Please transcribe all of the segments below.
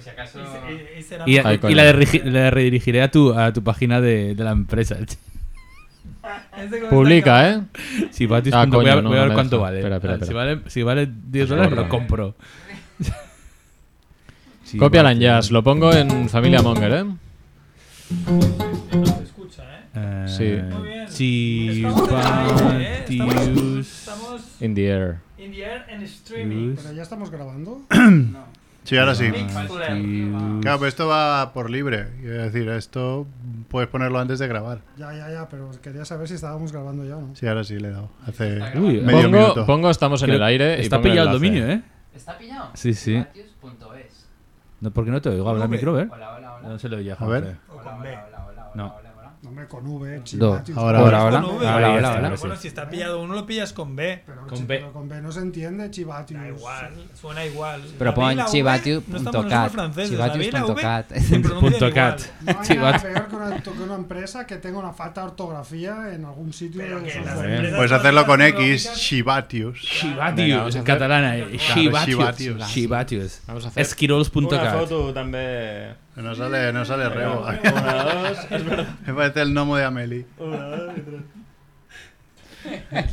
si acaso. Ese- e, ese era Y, más- y coño. la, dirigi- la redirigiré a tu, a tu página de, de la empresa. ese comentario- Publica, ¿eh? Si va a Ah, discount, voy a, coño, no, voy a ver no me cuánto deja. vale. Espera, Ah, espera, Si espera. Pues vale. Si vale 10 Se dólares, borra. lo compro. Sí, Copia vale. en Jazz, lo pongo en Familia Monger, ¿eh? No se escucha, ¿eh? Eh, Sí. Muy bien. Si Estamos en el aire, ¿eh? Estamos- Patius. Estamos In the air. in the air en streaming. Pero ya estamos grabando. Sí, ahora sí. Patius. Claro, pero esto va por libre. Quiero decir, esto puedes ponerlo antes de grabar. Ya, ya, ya, pero quería saber si estábamos grabando ya o no. Sí, ahora sí le he dado. Hace Uy, medio pongo, minuto. pongo estamos en Creo- el aire. y Está pongo pillado el enlace. dominio, ¿eh? ¿Está pillado? Sí, sí. Patios.es. No, porque no te oigo hablar V. micro, ¿eh? Hola, hola, hola. Ah. No se lo oye. A ver. Jorge. O Hola, con B. hola, hola, hola, No. hola, hola. No, Hombre, con V, No. Chivatis. Ahora, Ahora, ahora. ahora. Con V, Ahora, ahí ahora, está. ahora, sí. Bueno, si está pillado uno, lo pillas con B. Pero Con chi- B. pero con B no se entiende, Chivatis. Da igual, suena igual. Pero pon chivatius.cat. No estamos nosotros franceses. La B y la V chivatius.cat. se pronuncian Punto igual. cat. No hay nada Chivatis. peor que una, que una empresa que tenga una falta de ortografía en algún sitio. Pero de que sus las webs. empresas Puedes hacerlo con X, tecnológicas- Shibatius. Venga, Shibatius, vamos a en hacer- catalana. eh. Shibatius. Shibatius. Shibatius. Vamos a hacer. Una Esquirols.cat. foto también. No sale, no sale rebo. Una, dos, es verdad. Me parece el gnomo de Amelie. Una, dos y tres.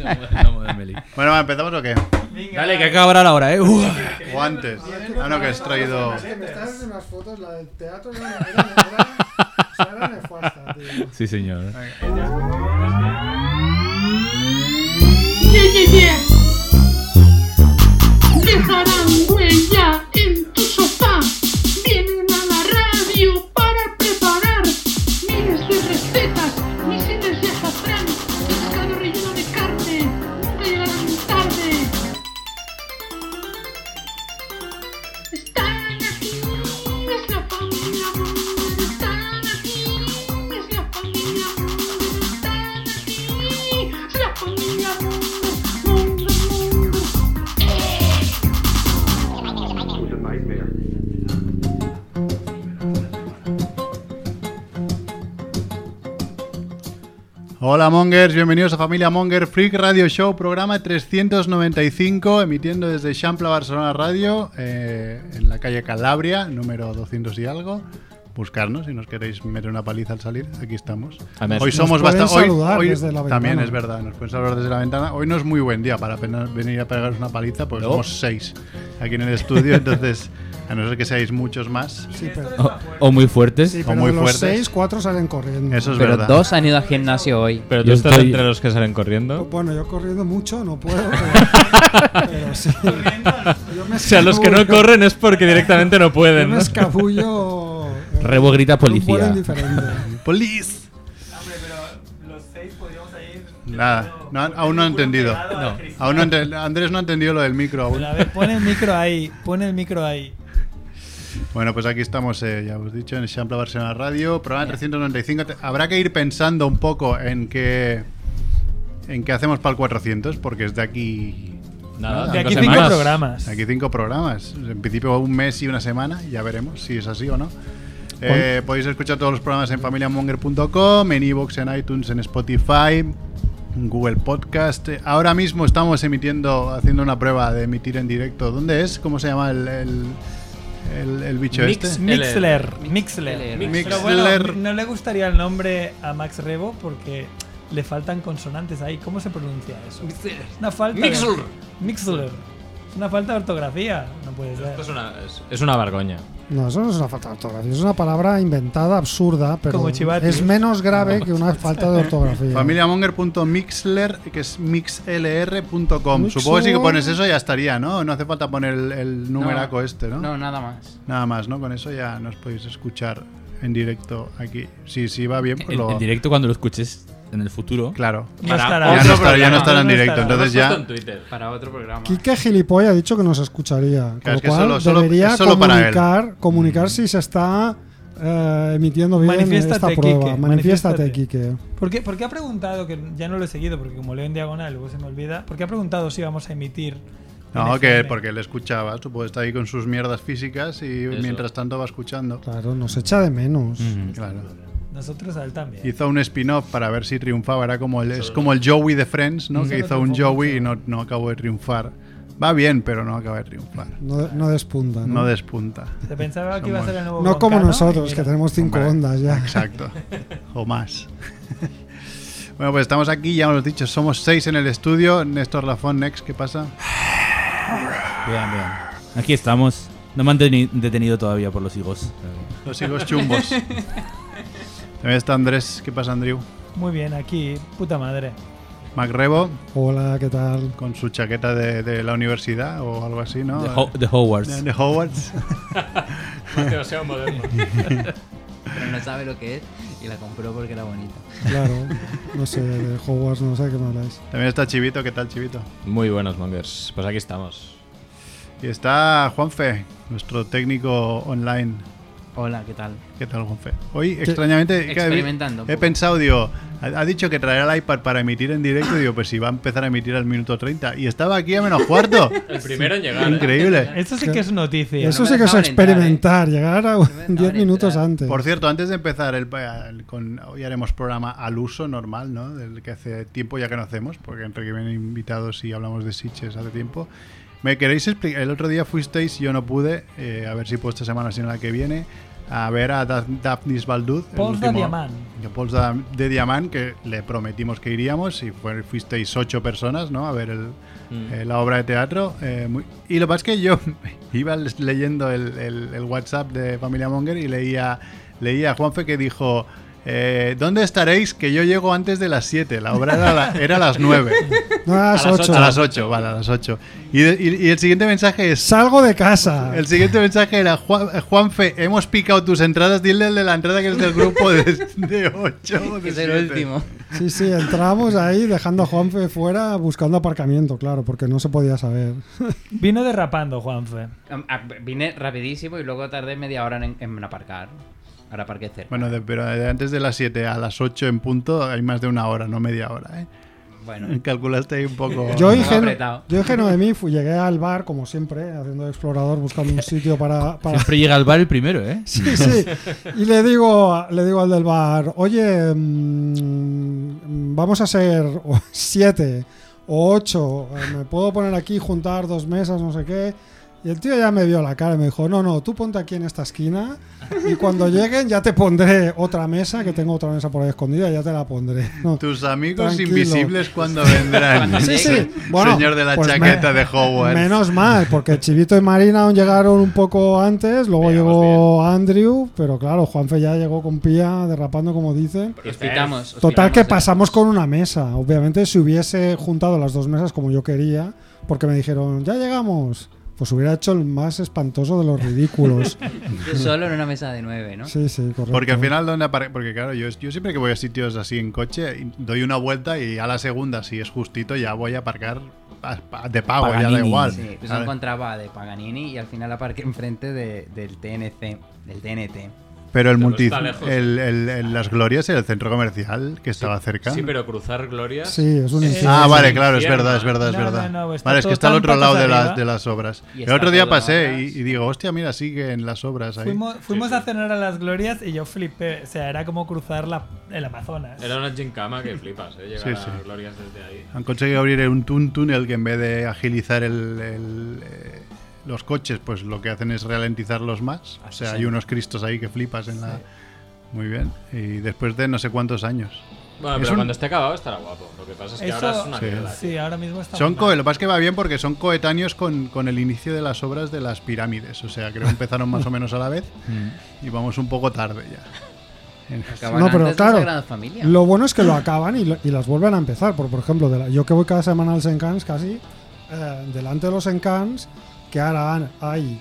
Bueno, va, ¿empezamos o qué? Venga, Dale, que acabará la hora, ¿eh? O antes. Ah, no, que has traído. Es que Me estás haciendo unas fotos, la del teatro era era- era- era nefasta, tío. Sí, señor. Yeah, yeah, yeah. Dejarán huella en tu sofá. Vienen a la radio para preparar miles de recetas, misiles de azafrán, pescado relleno de carne. Nunca llegarán tarde. Están aquí, es la familia Munger. Están aquí, es la familia Munger. Están aquí, es la familia Munger. Munger, Munger. Hola Mongers, bienvenidos a Familia Monger Freak Radio Show, programa 395, emitiendo desde Champla Barcelona Radio, eh, en la calle Calabria, número 200 y algo. Buscarnos si nos queréis meter una paliza al salir, aquí estamos. A ver, hoy nos somos pueden bastante. Hoy, saludar hoy- desde la ventana. también es verdad, nos pueden saludar desde la ventana. Hoy no es muy buen día para pena- venir a pegaros una paliza, porque somos seis aquí en el estudio, entonces a no ser que seáis muchos más. Sí, pero, O, o muy fuertes. sí, o pero muy de los fuertes. seis, cuatro salen corriendo. Eso es Pero verdad. dos han ido al gimnasio hoy. Pero tú Yo estás estoy- entre los que salen corriendo. Bueno, yo corriendo mucho no puedo, pero, pero sí. Yo me O sea, los que no escabullo- corren es porque directamente no Yo pueden. me ¿no? escabullo. eh, Rebo grita de un vuelo policía. indiferente. ¡Police! Hombre, pero los seis podríamos ahí. Nada, no han- aún no he entendido. No. Aún no ente- Andrés no ha entendido lo del micro aún. A ver, pon el micro ahí. Pon el micro ahí. Bueno, pues aquí estamos, eh, ya os he dicho, en Champla Barcelona Radio, programa 395. Te- Habrá que ir pensando un poco en qué, en qué hacemos para el 400, porque es de aquí, Nada, De aquí cinco cinco semanas. programas. de aquí cinco programas. En principio un mes y una semana, ya veremos si es así o no. Eh, podéis escuchar todos los programas en familiamonger.com, en iVoox, en iTunes, en Spotify, en Google Podcast. Eh, Ahora mismo estamos emitiendo, haciendo una prueba de emitir en directo. ¿Dónde es? ¿Cómo se llama el, el, el- el bicho este? Mix- Mixler. Mixler. Mixler. Pero bueno, Mixler. no le gustaría el nombre a Max Rebo porque le faltan consonantes ahí. ¿Cómo se pronuncia eso? Una falta. de- Mixler. Mixler. Es una falta de ortografía. No puede Es ser. una, es- es una vergoña. No, eso no es una falta de ortografía. Es una palabra inventada, absurda, pero Como chivatis. es menos grave que una falta de ortografía. Familiamonger.mixler, que es mixlr.com. Supongo que si que pones eso ya estaría, ¿no? No hace falta poner el, el numeraco No. este, ¿no? No, nada más. Nada más, ¿no? Con eso ya nos podéis escuchar en directo aquí. Si sí, va bien, pues En, lo... en directo cuando lo escuches en el futuro. Claro. Ah, No estará. Ya no, Otro estará, ya no programa. estará en No directo, estará. entonces Lo has ya... puesto en Twitter. Para otro programa. Quique Gilipoy ha dicho que nos escucharía. Con Claro, lo es que cual solo- solo- debería es solo para él. Mm. comunicar, comunicar si se está eh, emitiendo bien Manifiéstate, esta prueba. Quique, manifiéstate. Manifiéstate, Quique. ¿Por qué, por qué ha preguntado, que ya no lo he seguido porque como leo en diagonal luego se me olvida, ¿por qué ha preguntado si vamos a emitir? en No, que FM? porque le escuchaba, supongo que está ahí con sus mierdas físicas y mientras tanto va escuchando. Claro, nos echa de menos. Claro. Nosotros a él también. Hizo un spin-off para ver si triunfaba. Era como el, es como el Joey de Friends, ¿no? Eso Que no hizo un triunfó Joey mucho. y no, no acabó de triunfar. Va bien, pero no acaba de triunfar. No, no despunta. No, No despunta. Se pensaba que iba a ser el nuevo. No como Gonca, nosotros, Y que mira, tenemos cinco Hombre, ondas ya. Exacto. o más. bueno, pues estamos aquí, ya hemos dicho, somos seis en el estudio. Néstor Lafón, Next, ¿qué pasa? Bien, bien. Aquí estamos. No me han deni- detenido todavía por los higos. Los hijos chumbos. También está Andrés, ¿qué pasa, Andrew? Muy bien, aquí, puta madre. Macrebo, Hola, ¿qué tal? con su chaqueta de, de la universidad o algo así, ¿no? De, Ho- de Hogwarts. De Hogwarts. Demasiado moderno. Pero no sabe lo que es y la compró porque era bonita. Claro, no sé, de Hogwarts no sé de qué me habláis. También está Chivito, ¿qué tal, Chivito? Muy buenos mongers. Pues aquí estamos. Y está Juanfe, nuestro técnico online. Hola, ¿qué tal? ¿Qué tal, Juanfe? Hoy, extrañamente, cada vez- Experimentando un he poco. pensado, digo, ha, ha dicho que traerá el iPad para emitir en directo, digo, pues si va a empezar a emitir al minuto 30. Y estaba aquí a menos cuarto. El primero en llegar. ¿eh? Increíble. Esto sí que es noticia. Eso no sí me que es dejaban ¿eh? experimentar, llegar a dejaban 10 minutos entrar. antes. Por cierto, antes de empezar, el, el- con, hoy haremos programa al uso normal, ¿no? Del que hace tiempo ya que no hacemos, porque entre que vienen invitados y hablamos de Sitches hace tiempo. ¿Me queréis explicar? El otro día fuisteis, yo no pude, eh, a ver si puedo esta semana, sino la que viene, a ver a Daf- Daphnis Balduz. el Pols de último- Diamant. que Pols da- de Diamant, que le prometimos que iríamos y fue- fuisteis ocho personas, ¿no? A ver el- eh, la obra de teatro. eh, muy- y lo que pasa es que yo iba les- leyendo el, el- el WhatsApp de Familia Monger y leía, leía a Juanfe que dijo... eh, ¿Dónde estaréis? Que yo llego antes de las 7. La obra era, la- era a las 9. No, a las a las 8. A las 8, vale, a las 8. Y, de- y- y el siguiente mensaje es... Salgo de casa. El siguiente mensaje era, "Juan- eh, Juanfe, hemos picado tus entradas, dile el de la entrada que es del grupo de, de 8. o de es el Oh, siete". último. Sí, sí, entramos ahí dejando a Juanfe fuera buscando aparcamiento, claro, porque no se podía saber. Vino derrapando, Juanfe. Am- a- Vine rapidísimo y luego tardé media hora en, en aparcar. Ahora aparqué cerca. Bueno, de- pero de antes de las 7 a las 8 en punto hay más de una hora, no media hora. ¿eh? Bueno, Calculaste ahí un poco... Yo Muy ingenuo, apretado. yo ingenuo de mí fui, llegué al bar, como siempre, haciendo de explorador, buscando un sitio para... para- Siempre llega al bar el primero, ¿eh? Sí, sí. Y le digo, le digo al del bar, oye, mm, vamos a ser o siete o ocho, eh, me puedo poner aquí, juntar dos mesas, no sé qué. Y el tío ya me vio la cara y me dijo, no, no, tú ponte aquí en esta esquina y cuando lleguen ya te pondré otra mesa, que tengo otra mesa por ahí escondida, ya te la pondré. No. Tus amigos Tranquilo. invisibles cuando vendrán. Cuando Sí, sí. llegue. Bueno, Señor de la pues me- chaqueta de Hogwarts. Menos mal, porque Chivito y Marina aún llegaron un poco antes, luego llegó Andrew, pero claro, Juanfe ya llegó con pía, derrapando como dicen. hospitamos. Total hospitamos, que eh. pasamos con una mesa. Obviamente si hubiese juntado las dos mesas como yo quería, porque me dijeron, ya llegamos, pues hubiera hecho el más espantoso de los ridículos. Yo solo en una mesa de nueve, ¿no? Sí, sí, correcto. Porque al final, donde apare- Porque claro, yo, yo siempre que voy a sitios así en coche, y doy una vuelta y a la segunda, si es justito, ya voy a aparcar a- a- de pago, ya da Paganini, igual. Ah, Sí, pues Vale. encontraba de Paganini y al final aparqué enfrente de- del TNC, del TNT. Pero el Pero multi, está lejos. ¿eh? el, el- el- las glorias era el centro comercial que estaba cerca. Sí, pero cruzar gloria. Sí, es un infierno. Ah, Sí, vale, sí, claro, es infierno. verdad, es verdad, es No, verdad. no, no, está vale, es que todo está al tan otro lado de, patas las- arriba. de las obras. Y El está otro día todo pasé y, atrás. y digo, hostia, mira, sigue en las obras ahí. Fuimos, fuimos a cenar a las glorias y yo flipé. O sea, era como cruzar la, el Amazonas. Era una gincama que flipas, ¿eh? Llegar Sí, sí. a glorias desde ahí. Han conseguido abrir un, tun- túnel que en vez de agilizar el- el, eh, los coches, pues lo que hacen es ralentizarlos más. O sea, hay unos cristos ahí que flipas en la... Muy bien. Y después de no sé cuántos años. Bueno, Es pero un- cuando esté acabado estará guapo. Lo que pasa es que Eso- ahora es una mierda. Sí, ahora mismo está Son muy co- mal. lo que pasa es que va bien porque son coetáneos con, con el inicio de las obras de las pirámides. O sea, creo que empezaron más o menos a la vez y vamos un poco tarde ya. Acaban No, pero antes de claro, Sagrada Familia. Lo bueno es que lo acaban y, lo- y las vuelven a empezar. Por, por ejemplo, de la- yo que voy cada semana al Sencans casi, eh, delante de los Sencans, que ahora han, hay-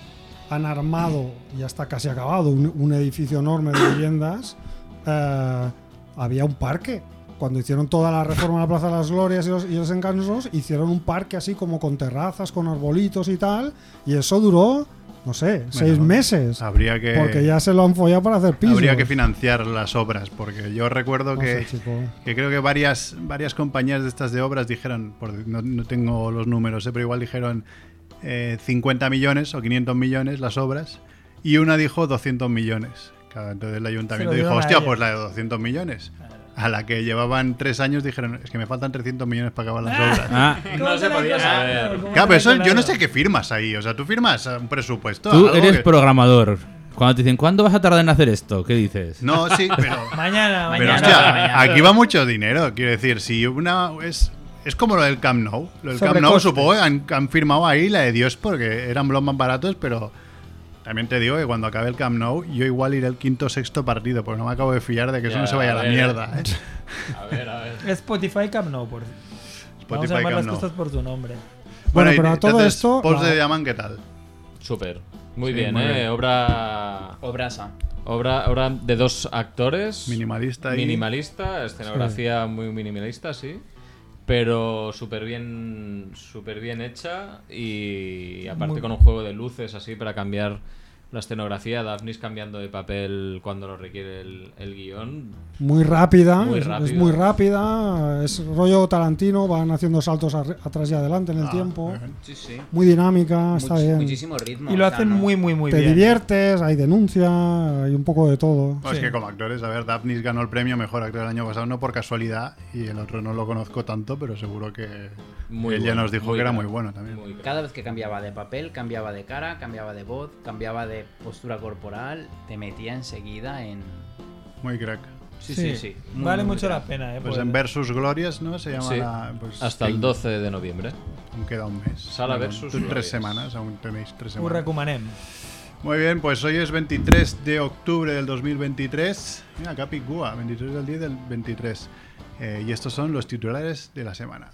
han armado y hasta casi acabado un, un edificio enorme de viviendas, eh, había un parque. Cuando hicieron toda la reforma de la Plaza de las Glorias y los, y los Encansos, hicieron un parque así como con terrazas, con arbolitos y tal, y eso duró, no sé, seis meses. Habría que, Porque ya se lo han follado para hacer pisos. habría que financiar las obras, porque yo recuerdo No que, sé, chico. que creo que varias, varias compañías de estas de obras dijeron, por- no, no tengo los números, eh, pero igual dijeron eh, 50 millones o 500 millones las obras, y una dijo 200 millones. Claro, Entonces el ayuntamiento dijo, dieron a hostia, ella". pues la de 200 millones. a la que llevaban tres años dijeron, es que me faltan 300 millones para acabar las obras. Ah. No se podía saber. Claro, pero eso yo no sé qué firmas ahí. O sea, tú firmas eh, un presupuesto. Tú algo eres que- programador. Cuando te dicen, ¿cuándo vas a tardar en hacer esto? ¿Qué dices? No, sí, pero. Mañana, Pero mañana. hostia, mañana. aquí va mucho dinero, quiero decir, si una es es como lo del Camp Nou, lo del Camp Nou Sobrecostes. supongo que han, han firmado ahí la de Dios porque eran blogs más baratos, pero también te digo que cuando acabe el Camp Nou yo igual iré al quinto o sexto partido, porque no me acabo de fiar de que eso Ya, no se vaya a a la ver. mierda. ¿eh? A ver, a ver. Spotify Camp No, por Vamos Spotify a llamar Camp las Nou. cosas por tu nombre. Bueno, y pero a todo entonces, esto, ah, Post la- de Diamant, ¿qué tal? Súper. Muy Sí, bien, muy ¿eh? bien. Obra, Obrasa. Ah, obra. Obra de dos actores. Minimalista y Minimalista, escenografía muy minimalista, sí. Pero súper bien, súper bien hecha y aparte con un juego de luces así para cambiar la escenografía, Daphnis cambiando de papel cuando lo requiere el, el guión. Muy rápida, Muy es- es rápida. muy rápida, es rollo Tarantino, van haciendo saltos arre- atrás y adelante en el Ah, tiempo, muy bien. Sí, sí. muy dinámica, está Much- bien. Muchísimo ritmo. Y lo o sea, hacen no- muy, muy, muy Te bien. diviertes, hay denuncia, hay un poco de todo. Bueno, Sí. Es que como actores, a ver, Daphnis ganó el premio mejor actor el año pasado, no por casualidad, y el otro no lo conozco tanto, pero seguro que Muy él ya bueno, nos dijo muy que era crack, muy bueno también. muy crack. Cada vez que cambiaba de papel, cambiaba de cara, cambiaba de voz, cambiaba de postura corporal, te metía enseguida en. Muy crack. Sí, sí, sí. Muy, vale muy mucho bien. la pena, eh. Pues por- en Versus Glorias, ¿no? Se llama Sí. la- pues, Hasta el 12 de noviembre. Aún queda un mes. Sala versus tú- Glorias. Tres semanas, aún tenéis tres semanas. Urracumanem. Muy bien, pues hoy es 23 de octubre del 2023. Mira, Capi Cuba, 23 del 10 del 23. Eh, y estos son los titulares de la semana.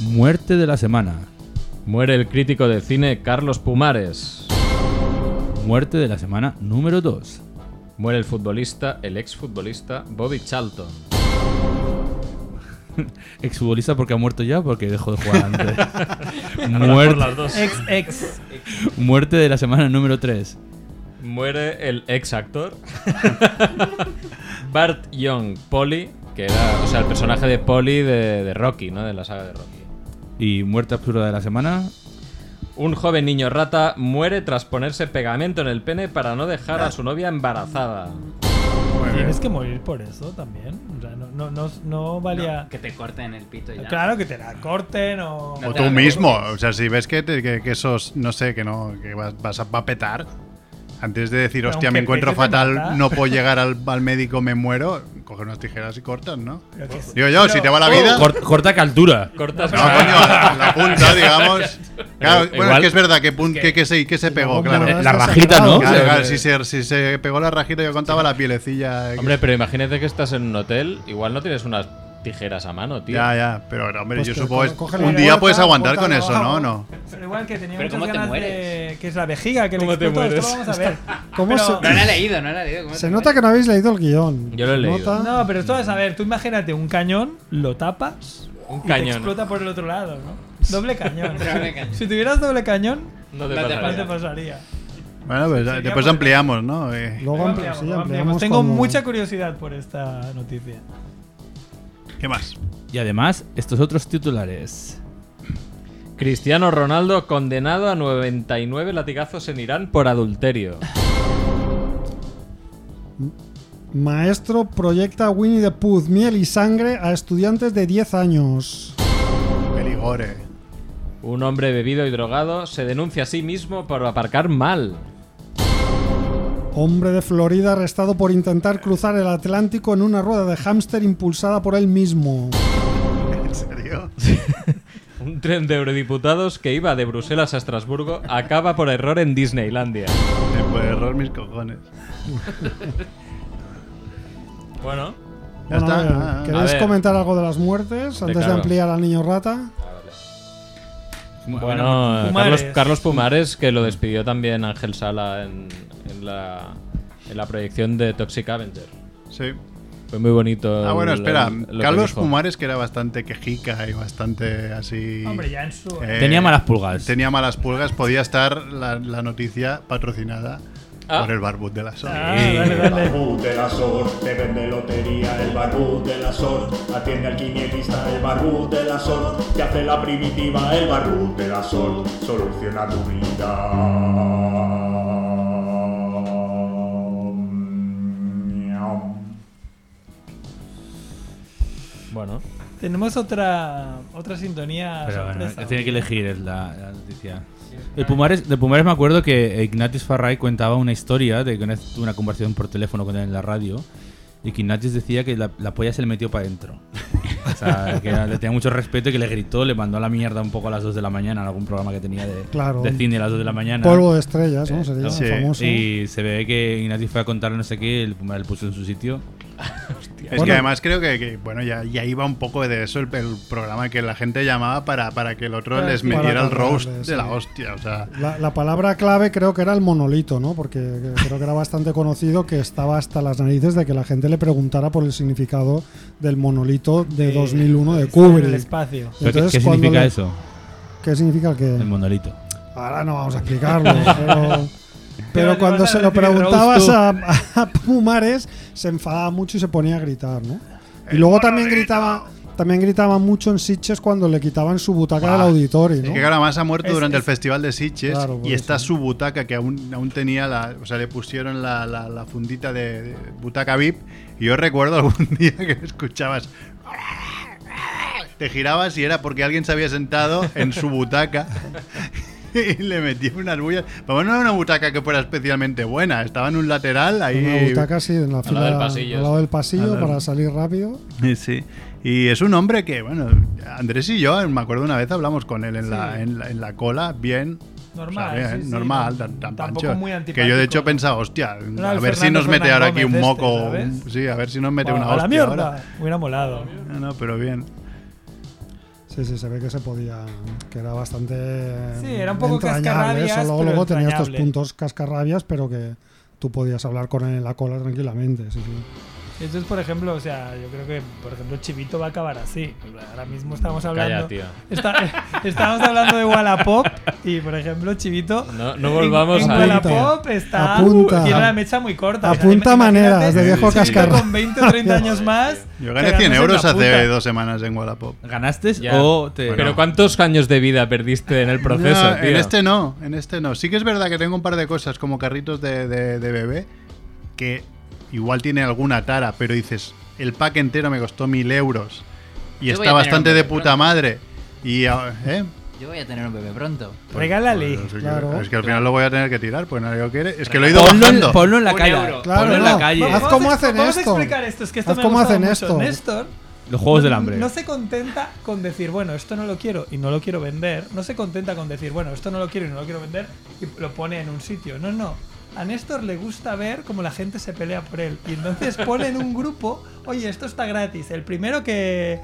Muerte de la semana. Muere el crítico de cine Carlos Pumares. Muerte de la semana número 2. Muere el futbolista, el exfutbolista Bobby Charlton. Exfutbolista porque ha muerto ya, porque dejó de jugar antes. muerte, Ex, ex. muerte de la semana número 3. Muere el ex actor Bart Young Polly, que era, o sea, el personaje de Polly de, de Rocky, ¿no? De la saga de Rocky. Y muerte absurda de la semana. Un joven niño rata muere tras ponerse pegamento en el pene para no dejar a su novia embarazada. Muy bien. Tienes que morir por eso también. O sea, no, no, no, no valía. No, que te corten el pito y ya. Claro que te la corten o. O tú mismo, o sea, si ves que, te- que, que esos, no sé, que no, que vas, vas a, va a petar, antes de decir, Pero hostia, me aunque encuentro empieces a matar. fatal, no puedo llegar al, al médico, me muero, coger unas tijeras y cortas, ¿no? Pero que sí. Digo yo, si te Oh, va la vida. Cor- corta que altura. Cortas. No, coño, la la punta, digamos. Claro, bueno, igual- es que es verdad que, pun- que, que se, que se pegó, claro. Bueno, eh, La es rajita, sagrado. ¿no? Claro, O sea, claro, que- si, se, si se pegó la rajita, yo contaba la pielecilla. que- Hombre, pero imagínate que estás en un hotel, igual no tienes unas tijeras a mano, tío. ya, ya, pero hombre, Pues yo que supongo co- es, coge la un día puerta, puedes aguantar bótalo con eso, abajo. ¿no? no. Pero igual que tenía Pero muchas ¿cómo te ganas de. mueres? Que es la vejiga, que le ¿Cómo te explotó, esto mueres? vamos a ver. ¿Cómo Pero- No la he leído, no la he leído. ¿cómo Se te nota que parece? no habéis leído el guión. Yo lo he Se leído. nota- No, pero esto es a ver, tú imagínate un cañón, lo tapas Un y te cañón. explota por el otro lado, ¿no? Doble cañón. Doble cañón. Si tuvieras doble cañón, No te No te pasaría. no te pasaría. Bueno, pues sería después por- ampliamos, ¿no? Eh, Luego Lo ampli- ampliamos, sí, lo ampliamos. ampliamos Tengo cuando- mucha curiosidad por esta noticia. ¿Qué más? Y además, estos otros titulares. Cristiano Ronaldo condenado a 99 latigazos en Irán por adulterio. Maestro proyecta Winnie the Pooh, miel y sangre a estudiantes de 10 años. Peligore. Un hombre bebido y drogado se denuncia a sí mismo por aparcar mal. Hombre de Florida arrestado por intentar cruzar el Atlántico en una rueda de hámster impulsada por él mismo. ¿En serio? Un tren de eurodiputados que iba de Bruselas a Estrasburgo acaba por error en Disneylandia. Después de error, mis cojones. Bueno, Ya Bueno, a está. ver, ah, ah. que- ¿Queréis ver. comentar algo de las muertes antes de claro. ampliar al niño rata? bueno, eh, Pumares. Carlos, Carlos Pumares que lo despidió también Ángel Sala en, en la, en la proyección de Toxic Avenger. Sí. Fue muy bonito. Ah, bueno, el- espera. el- lo que Carlos dijo. Pumares, que era bastante quejica y bastante así. Hombre, ya en su. eh, Tenía malas pulgas. Tenía malas pulgas, podía estar la, la noticia patrocinada Por el barbud de la SOR. Ah, El barbud de la SOR te vende lotería. El barbud de la SOR atiende al quinielista. El barbud de la SOR te hace la primitiva. El barbud de la SOR soluciona tu vida. Bueno. Tenemos otra, otra sintonía Pero bueno, sorpresa. tiene que elegir es la, la noticia. El Pumares, de Pumares me acuerdo que Ignatius Farray contaba una historia de que una, vez tuvo una conversación por teléfono con él en la radio y que Ignatius decía que la, la polla se le metió para adentro. O sea, que le tenía mucho respeto y que le gritó, le mandó a la mierda un poco a las 2 de la mañana en algún programa que tenía de, Claro. de cine a las 2 de la mañana. Polvo de estrellas, ¿no? Sería Sí, famoso. Y se ve que Ignatius fue a contar no sé qué, el Pumares le puso en su sitio. Es que además creo que, que, bueno, ya, ya iba un poco de eso el, el programa que la gente llamaba para, para que el otro Para- les para metiera el acabarles, roast de la hostia. O sea, La, la palabra clave creo que era el monolito, ¿no? Porque creo que era bastante conocido que estaba hasta las narices de que la gente le preguntara por el significado del monolito de 2001 de estar en Kubrick. el espacio. ¿Pero qué- qué cuando significa eso? ¿Qué significa el que? El monolito. Ahora no vamos a explicarlo, pero, Pero pero le cuando vas a se lo decir, preguntabas Raúl, a, a Pumares se enfadaba mucho y se ponía a gritar, ¿no? Y Eh, luego también gritaba, también gritaba mucho en Sitches cuando le quitaban su butaca del auditorio, Es ¿no? que claro, más ha muerto Ah, Es- durante el es- Festival de Sitges Claro, por y está su butaca que aún, aún tenía, la, o sea, le pusieron la, la- la fundita de, de butaca VIP. Y yo recuerdo algún día que escuchabas. Te girabas y era porque alguien se había sentado en su butaca y le metía unas bullas. Pero bueno, no era una butaca que fuera especialmente buena, estaba en un lateral ahí. Una butaca así en la Al lado fila, del pasillo. al lado del pasillo Al lado- para salir rápido. Sí, Eh, Sí, y es un hombre que, bueno, Andrés y yo, me acuerdo una vez hablamos con él en, la, en, la, en la cola, bien. Normal, o sea, bien, sí, sí, normal, no- tan, tan tampoco pancho. muy Que yo de hecho antipático. pensaba, hostia, a ver Era el si Fernando nos mete Fernán ahora aquí Gómez un este, moco. ¿sabes? un- sí, a ver si nos mete Buah, una a hostia. la mierda. ahora. Hubiera molado. No, no, pero bien. Sí, sí, se ve que se podía, que era bastante Sí, era un poco entrañable, cascarrabias, eso. luego, pero luego tenía estos entrañable. puntos cascarrabias, pero que tú podías hablar con él en la cola tranquilamente. Sí, sí. Entonces, por ejemplo, o sea, yo creo que, por ejemplo, Chivito va a acabar así. Ahora mismo estamos hablando. Calla, tío. Está- estamos hablando de Wallapop y, por ejemplo, Chivito. No- no volvamos en, en a- Wallapop está. Apunta. tiene la mecha muy corta. Apunta Imagínate maneras de viejo Chivito cascarra. Con 20 o 30 años más. Yo gané pegándose 100 en euros la puta. hace dos semanas en Wallapop. ¿Ganaste Ya. o te.? Pero ¿cuántos años de vida perdiste en el proceso, Oh, No, en tío? este no, en este no. Sí que es verdad que tengo un par de cosas como carritos de, de- de bebé que igual tiene alguna tara, pero dices, el pack entero me costó mil euros y Yo voy a está tener bastante de un bebé puta pronto. madre. Y, ah, ¿eh? Yo voy a tener un bebé pronto. Pues, pues, así que- Es que al final Claro. lo voy a tener que tirar, pues nadie lo quiere. Es que lo he ido Ponlo en- bajando. ponlo en la Un calle. euro. Claro, Ponlo en la no. calle. Haz Vamos como a- hacen vamos a esto. explicar esto, es que esto Haz me ha como gustado hacen mucho. esto. Néstor Los juegos no- del hambre. No se contenta con decir, bueno, esto no lo quiero y no lo quiero vender. No se contenta con decir, bueno, esto no lo quiero y no lo quiero vender y lo pone en un sitio. No, no. A Néstor le gusta ver cómo la gente se pelea por él. Y entonces pone en un grupo, oye, esto está gratis. El primero que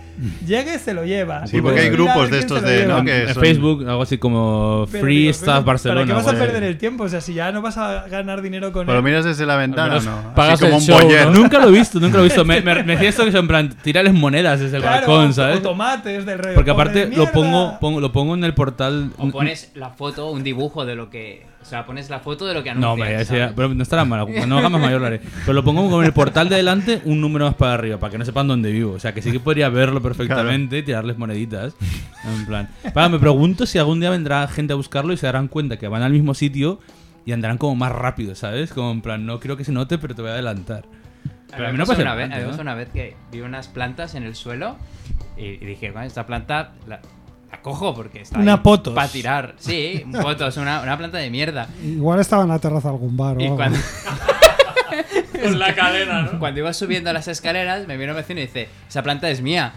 llegue se lo lleva. Sí, porque hay Mirad grupos quién de se estos lo de, lleva. ¿no? Que En son- Facebook, algo así como Pero Free digo, Stuff coño, ¿Para Barcelona. qué vas o a algo así. perder el tiempo? O sea, si ya no vas a ganar dinero con Pero él. miras desde la ventana, menos ¿no? Así Pagas como el un show, boyer. ¿no? Nunca lo he visto, nunca lo he visto. Me, me, me decía esto que son en plan tirarles monedas desde el Claro, balcón, ¿sabes? o tomates del rollo, Porque "Pobre aparte mierda". lo pongo, pongo- lo pongo en el portal. O pones la foto, un dibujo de lo que. O sea, pones la foto de lo que anuncias. No, hombre, ese ya- pero no estará mal. Cuando haga más mayor lo haré. Pero lo pongo como en el portal de adelante, un número más para arriba, para que no sepan dónde vivo. O sea, que sí que podría verlo perfectamente y tirarles moneditas. En plan. Para, me pregunto si algún día vendrá gente a buscarlo y se darán cuenta que van al mismo sitio y andarán como más rápido, ¿sabes? Como en plan, no creo que se note, pero te voy a adelantar. Pero a mí no pasa una vez, nada, a mí me pasó ¿no? una vez que vi unas plantas en el suelo y, y dije, bueno, esta planta la, la cojo porque está Una potos. para tirar. Sí, un potos, una, una planta de mierda. Igual estaba en la terraza de algún bar o Y algo. cuando... Con la cadena, ¿no? Cuando iba subiendo las escaleras, me vino un vecino y dice, esa planta es mía.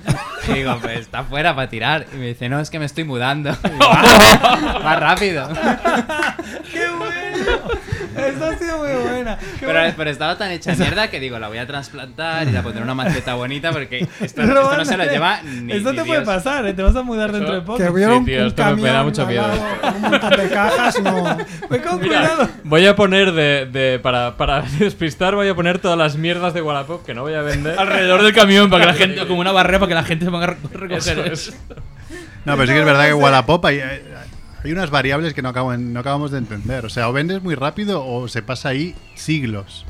Y digo, pues está fuera para tirar. Y me dice, no, es que me estoy mudando. Y digo, "Ah, más rápido. ¡Qué bueno! Eso ha sido muy buena. Qué Pero, bueno. pero estaba tan hecha mierda que digo, la voy a trasplantar y la pondré en una maceta bonita porque esto, esto no Roban, se lo lleva ni Esto te ni puede Dios. pasar, ¿eh? te vas a mudar dentro de poco. Que hubiera Oh, Sí, un, tío, un esto me- me da camión mucha al miedo lado con un montón de cajas, no. Ve con Mira, cuidado. voy a poner de, de- para, para despistar, voy a poner todas las mierdas de Wallapop que no voy a vender. Alrededor del camión, para que la gente, como una barrera, para que la gente se ponga a re- recoger. Eso es. No, pero sí que es verdad que Wallapop hay, hay eh, Hay unas variables que no, acabo en- no acabamos de entender. O sea, o vendes muy rápido o se pasa ahí siglos.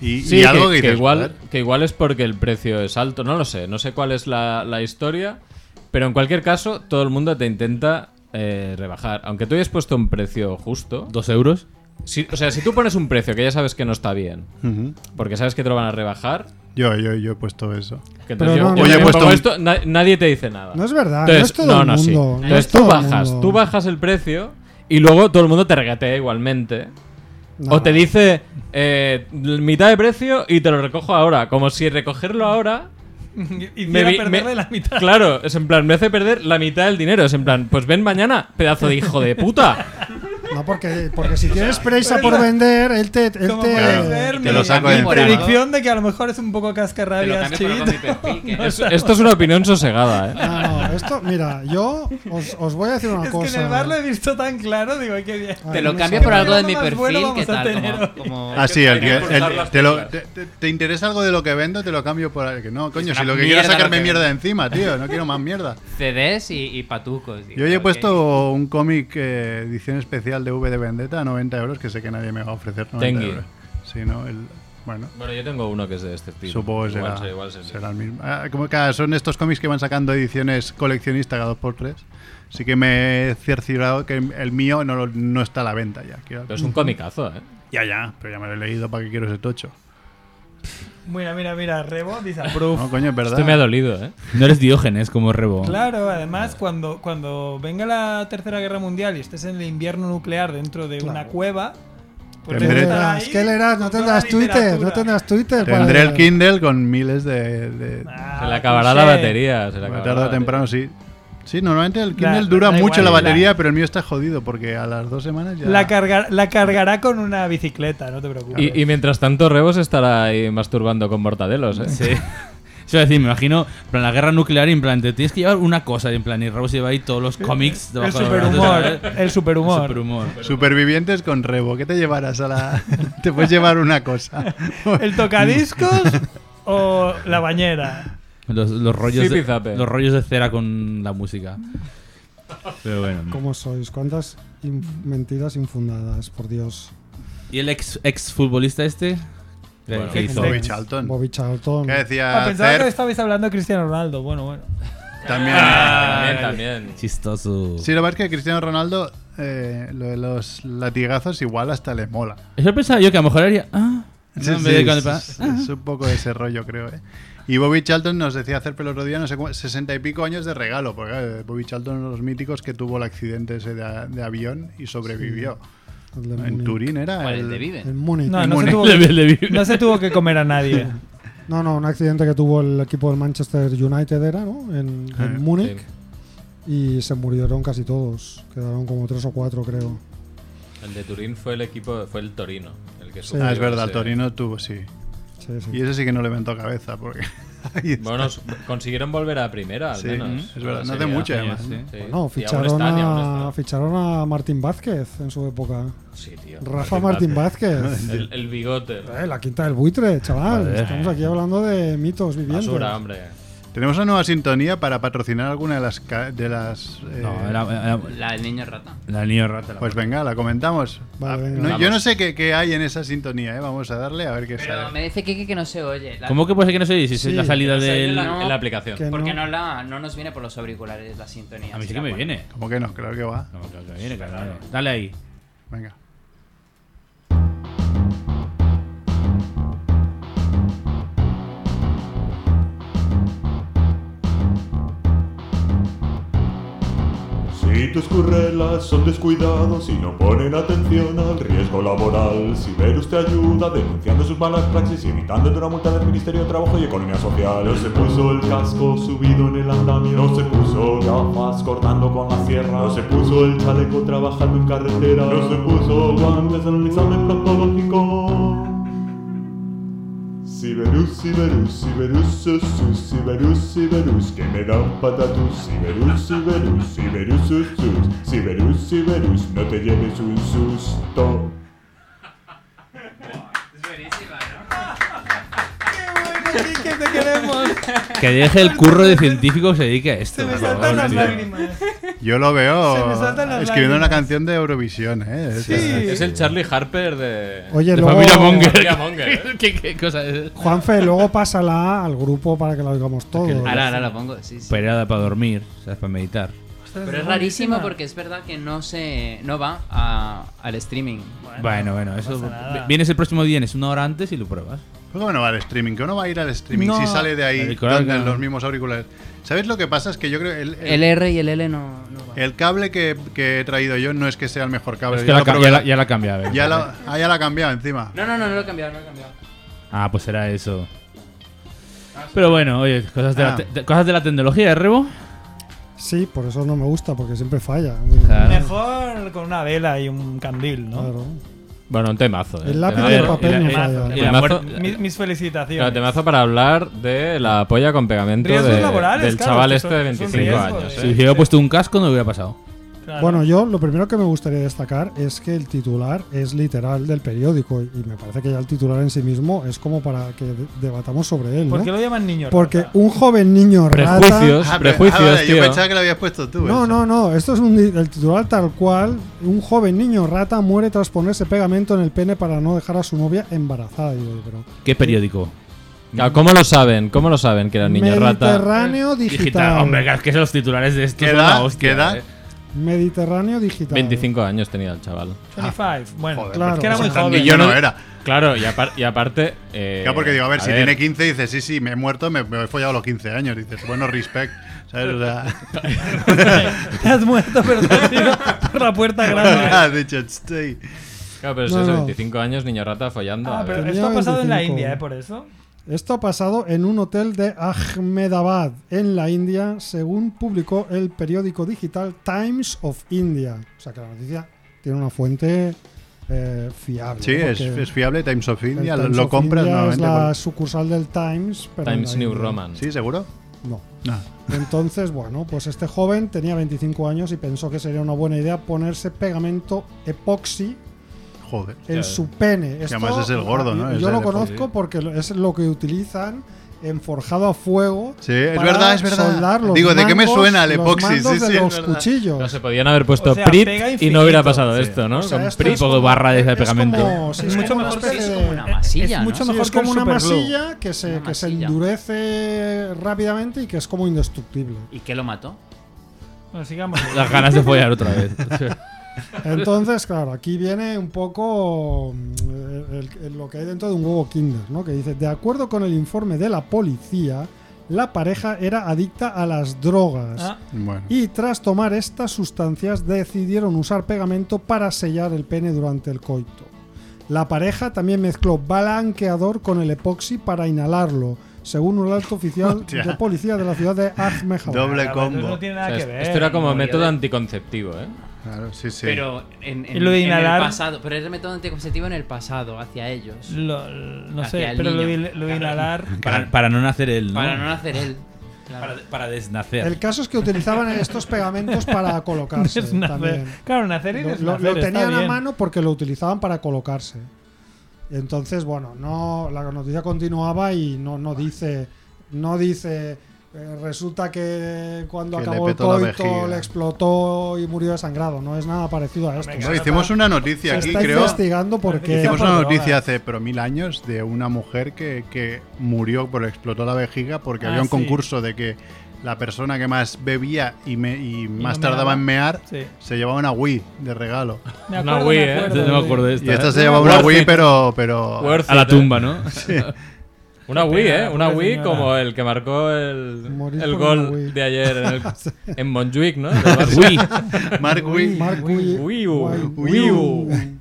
Y, Sí, y algo que, dices, igual, que igual es porque el precio es alto, no lo sé, no sé cuál es la, la historia, pero en cualquier caso, todo el mundo te intenta eh, rebajar. Aunque tú hayas puesto un precio justo. ¿Dos euros? o sea, si tú pones un precio que ya sabes que no está bien, Ujú. porque sabes que te lo van a rebajar, Yo, yo, yo he puesto eso. que Pero entonces yo, yo no, no. Oye, he también puesto pongo un- esto, na- nadie te dice nada. No es verdad, Ah, no es todo el sí. mundo, no es Entonces tú todo el bajas, mundo. tú bajas el precio y luego todo el mundo te regatea igualmente. No. O te dice eh, mitad de precio y te lo recojo ahora, como si recogerlo ahora Hiciera vi- perderle la mitad. Claro, es en plan, me hace perder la mitad del dinero. Es en plan, pues ven mañana, pedazo de hijo de puta. No, porque, porque si tienes prisa por vender, él te. Él Como te- puedes ver, mi- mi predicción de que a lo mejor es un poco cascarrabias, Te lo cambio por chivito. algo de mi perfil, que- No Es- sé. esto es una opinión sosegada, ¿eh? No, no, esto, mira, yo os, os voy a decir una Es que cosa. en el bar lo he visto tan claro, digo, ay, qué bien. Te lo cambio por algo de mi Programa más bueno perfil, ¿qué vamos a tal? tener Como- hoy. como- Ah, sí, el que- Hay que cruzar el- las te, lo- teclas. te- te- te interesa algo de lo que vendo? Te lo cambio por el que no, coño. Es Si una lo que quiero es mierda lo sacarme que mierda de vendo. encima, tío. No quiero más mierda. CDs y, y patucos. Yo hoy he puesto un cómic eh, edición especial de V de Vendetta a 90 euros, que sé que nadie me va a ofrecer 90 Tengi. euros. Sí, ¿no? El, bueno, Bueno, yo tengo uno que es de este tipo. supongo que será, Igual será- igual será. será el mismo. Ah, como que son estos cómics que van sacando ediciones coleccionistas cada 2x3. Así que me he cerciorado que el mío no, lo- no está a la venta ya. Quiero- Pero es un comicazo, ¿eh? Ya, ya, pero ya me lo he leído para que quiero ese tocho. Mira, mira, mira, Rebo dice approve. No, coño, es verdad. Este me ha dolido, ¿eh? No eres Diógenes como Rebo. Claro, además, cuando, cuando venga la Tercera Guerra Mundial y estés en el invierno nuclear dentro de una cueva, pues Tendré- estar Ah, ahí es que leerás, no con toda tendrás la Twitter, no literatura. tendrás Twitter. para Tendré el leer. Kindle con miles de. de- Ah, Se Ah, le acabará la batería. Se le acabará tarde la o temprano, sí. Sí, normalmente el Da- Kindle dura da mucho igual, la da- batería, pero el mío está jodido porque a las dos semanas ya. La, carga- la cargará con una bicicleta, no te preocupes. Y, y mientras tanto, Rebos estará ahí masturbando con mortadelos, ¿eh? Sí. Eso es decir, me imagino, en plan, la guerra nuclear, y en plan, te tienes que llevar una cosa, y en plan, y Rebo se lleva ahí todos los cómics el debajo del brazo, superhumor, ¿sabes? el superhumor. El superhumor. Supervivientes con Rebo. ¿Qué te llevarás a la.? te puedes llevar una cosa. ¿El tocadiscos o la bañera? Los, los rollos Zipi de, zape. los rollos de cera con la música. Pero bueno. ¿Cómo sois? ¿Cuántas inf- mentiras infundadas, por Dios? ¿Y el ex, ex futbolista este? ¿Qué- Bueno, ¿Qué hizo? Bobby Charlton. Bobby Charlton. ¿Qué Ah, decía? pensaba Cerf? que estabais hablando de Cristiano Ronaldo. Bueno, bueno. También. Ah. Ah, También, también. Chistoso. Sí, lo que pasa es que Cristiano Ronaldo, eh, lo de los latigazos, igual hasta le mola. Eso pensaba yo que a lo mejor haría. Ah, no, Sí, en sí, vez de con el es, pa- ah. es- es un poco ese rollo, creo. ¿eh? Y Bobby Charlton nos decía hacer el otro día, no sé cómo, 60 y pico años de regalo, porque claro, Bobby Charlton es uno de los míticos que tuvo el accidente ese de, de avión y sobrevivió. El de En Múnich. Turín era. ¿Cuál, el el- de Vive? El Múnich. No, El no se, Múnich. tuvo Le vi- le vi. que, no se tuvo que comer a nadie. No, no, un accidente que tuvo el equipo del Manchester United era, ¿no? En, en Sí. Múnich. Y se murieron casi todos. Quedaron como tres o cuatro, creo. El de Turín fue el equipo, fue el Torino. El que Ah, es sufrió verdad, el ese- Torino tuvo, sí. Sí, sí. Y ese sí que no levantó cabeza, porque. ahí está. Bueno, s- consiguieron volver a primera, al Sí, menos. es Con verdad, la no hace Serie A. mucho, además. Sí, ¿no? sí. Y No, aún ficharon, están, y aún a, están. ficharon a Martín Vázquez en su época. Sí, tío. Rafa Martín Vázquez. El, el bigote. Eh, la quinta del buitre, chaval. Joder. Estamos aquí hablando de mitos vivientes. Basura, hombre. Tenemos una nueva sintonía para patrocinar alguna de las. ca- De las eh, No, era, era- La del niño rata. la niña rata. la- Pues venga, la comentamos. Vale, Ah, venga. no, yo Vamos. no sé qué, qué hay en esa sintonía, ¿eh? vamos a darle a ver qué Pero sale. me dice Kike que no se oye. La- ¿Cómo que puede ser que no se oye? Si es Sí. la salida No se oye del. la- En la aplicación. Que Porque no. no, la, no nos viene por los auriculares la sintonía. A mí sí si que la me ponen. viene. ¿Cómo que no? Creo que va. No, claro que viene, claro. Dale ahí. Venga. Si tus currelas son descuidados y no ponen atención al riesgo laboral, si Verus te ayuda denunciando sus malas praxis y evitándote una multa del Ministerio de Trabajo y Economía Social. No se puso el casco subido en el andamio, no se puso gafas cortando con la sierra, no se puso el chaleco trabajando en carretera, no se puso guantes en un examen proctológico. Siberus, Siberus, Siberus, sus, sus, Siberus, Siberus, que me dan patatus. Siberus, Siberus, Siberus, sus, sus, Siberus, Siberus, no te lleves un susto. Bueno, sí, que te queremos. Que deje el curro de científico que se dedique a esto. Se me por favor, saltan las tío. lágrimas. Yo lo Se me veo saltan las escribiendo lágrimas. una canción de Eurovisión, ¿eh? Es- Es el Charlie Harper de, Oye, de luego- Familia Monger. ¿eh? Familia ¿Qué, qué cosa es? Juanfe, luego pásala al grupo para que la oigamos todos. Ahora, ahora la pongo, sí, sí. Periodo para dormir, ¿sabes? Para meditar. Pero es rarísimo porque es verdad que no se no va a- al streaming. Bueno, bueno, eso. pasa nada. Vienes el próximo día, es una hora antes y lo pruebas. ¿Cómo que no va al streaming? ¿Cómo no va a ir al streaming No. si sale de ahí Auricular, donde claro. los mismos auriculares? ¿Sabéis lo que pasa? Es que yo creo el, El R y el L no. no va. el cable que, que he traído yo no es que sea el mejor cable. Es que ya la lo ca- probé. ya la- ya la cambié, a ver. Ya la- ah, ya la ha cambiado encima. No, no, no, no lo he cambiado, no lo he cambiado. Ah, pues será eso. Ah, Pero bueno, oye, cosas de, Ah. la, te- de- cosas de la tecnología, ¿eh, Rebo? Sí, por eso no me gusta, porque siempre falla. Mejor con una vela y un candil, ¿no? Claro. Bueno, un temazo. ¿eh? El lápiz Temazo. y el papel la- no el- eh, falla. el temazo- Mis, mis felicitaciones. Claro, temazo para hablar de la polla con pegamento Riesgos de- laborales, del claro, chaval que este son- de son 25 riesgos, años. eh. ¿eh? Si hubiera puesto un casco, no hubiera pasado. Ah, Bueno, yo lo primero que me gustaría destacar es que el titular es literal del periódico y me parece que ya el titular en sí mismo es como para que de- debatamos sobre él. ¿Por ¿no? qué lo llaman niño Porque un joven niño rata... Ah, pero- ah, vale, Yo pensaba que lo habías puesto tú. No, eso. no, no, esto es un di- el titular tal cual. Un joven niño rata muere tras ponerse pegamento en el pene para no dejar a su novia embarazada. Digo, yo, pero ¿Qué periódico? Ah, ¿Cómo lo saben? ¿Cómo lo saben que era un niño rata? Eh, Mediterráneo digital. Hombre, que es que son los titulares de esto ¿Qué son edad? la hostia. ¿Qué edad? eh. Mediterráneo digital. 25 años tenía el chaval. 25. Bueno, Joder, es que pues era muy joven. Claro, y, apar- y aparte. eh, Claro, porque digo, a ver, si tiene 15, dices, sí, sí, me he muerto, me, me he follado a los 15 años. Dices, bueno, respect. ¿Sabes? O sea. Te has muerto, pero te has ido por la puerta grande. Has dicho, "Stay". Claro, pero es No, eso, no. 25 años, niño rata follando. Ah, a ver. pero Tenía esto ha pasado en la 25. India, ¿eh? Por eso. Esto ha pasado en un hotel de Ahmedabad, en la India, según publicó el periódico digital Times of India. O sea que la noticia tiene una fuente eh, fiable. Sí, ¿no? es, Porque es fiable, Times of el India, Times lo of compras India nuevamente. pues. Es la normalmente. sucursal del Times, pero en Times la New India. Roman. ¿Sí, seguro? No. No. Entonces, bueno, pues este joven tenía 25 años y pensó que sería una buena idea ponerse pegamento epoxi Joder. en Ya. su pene. Que Esto- además es el gordo, ¿no? y- y Es Yo el lo de conozco epoxi. porque lo- es lo que utilizan en forjado a fuego. Sí, es para verdad, es verdad. soldar los Digo, ¿de qué me mangos- suena el los epoxi? mangos Sí, de sí, es los verdad. cuchillos. No se podían haber puesto O sea, Prit pega y no hubiera infinito. pasado Sí. esto, ¿no? O sea, Con esto Prit. es Un poco de como- barra de es pegamento. como- sí, Es mucho como una mejor especie que- de- es como una masilla, Es ¿no? mucho Sí, mejor es que como una un superglue. masilla que se, Una que se masilla. endurece rápidamente y que es como indestructible. ¿Y qué lo mató? Bueno, sigamos. Ah, Las ganas de follar otra vez. Entonces, claro, aquí viene un poco mm, el- el- lo que hay dentro de un huevo Kinder, ¿no? Que dice, de acuerdo con el informe de la policía, la pareja era adicta a las drogas. Ah. Bueno. Y tras tomar estas sustancias decidieron usar pegamento para sellar el pene durante el coito. La pareja también mezcló balanqueador con el epoxi para inhalarlo, según un alto oficial Hostia. de policía de la ciudad de Ahmedabad. Doble combo. O sea, Esto era como método anticonceptivo, ¿eh? Claro, sí, sí. Pero en, en- Y lo de en inhalar- el pasado. Pero es el método anticonceptivo en el pasado, hacia ellos. Lo- no Hacia sé, el pero lo niño. de, lo de Claro. inhalar. Para, para no nacer él, ¿no? Para no nacer él. Para, para desnacer. El caso es que utilizaban estos pegamentos para colocarse. Desnacer. también. Claro, nacer y Lo- lo- desnacer, Lo, está tenían a bien. mano porque lo utilizaban para colocarse. Entonces, bueno, no la noticia continuaba y no, no dice. No dice. eh, resulta que cuando Que le acabó el petó la coito vejiga. le explotó y murió desangrado. No es nada parecido a esto. Hombre, hicimos una noticia Se aquí, está creo. investigando por qué. Hicimos una noticia hace pero mil años de una mujer que, que murió porque le explotó la vejiga porque Ah, había un sí. concurso de que la persona que más bebía y, me- y más no tardaba meaba. en mear Sí. se llevaba una Wii de regalo. Me Una acuerdo, Wii, me ¿eh? acuerdo, No me acuerdo de Y esta, esta ¿eh? se llevaba una Worth Wii, it. pero, pero Worth A la it, ¿eh? tumba, ¿no? Sí. Una Qué Wii, pena, ¿eh? Una pobre Wii señora. como el que marcó el, Morir el por una Wii. gol de ayer en, el- Sí. en Montjuic, ¿no? Del Barça. Wii. Marc Wii. Marc Wii. Wii U. Wii Wii U. U.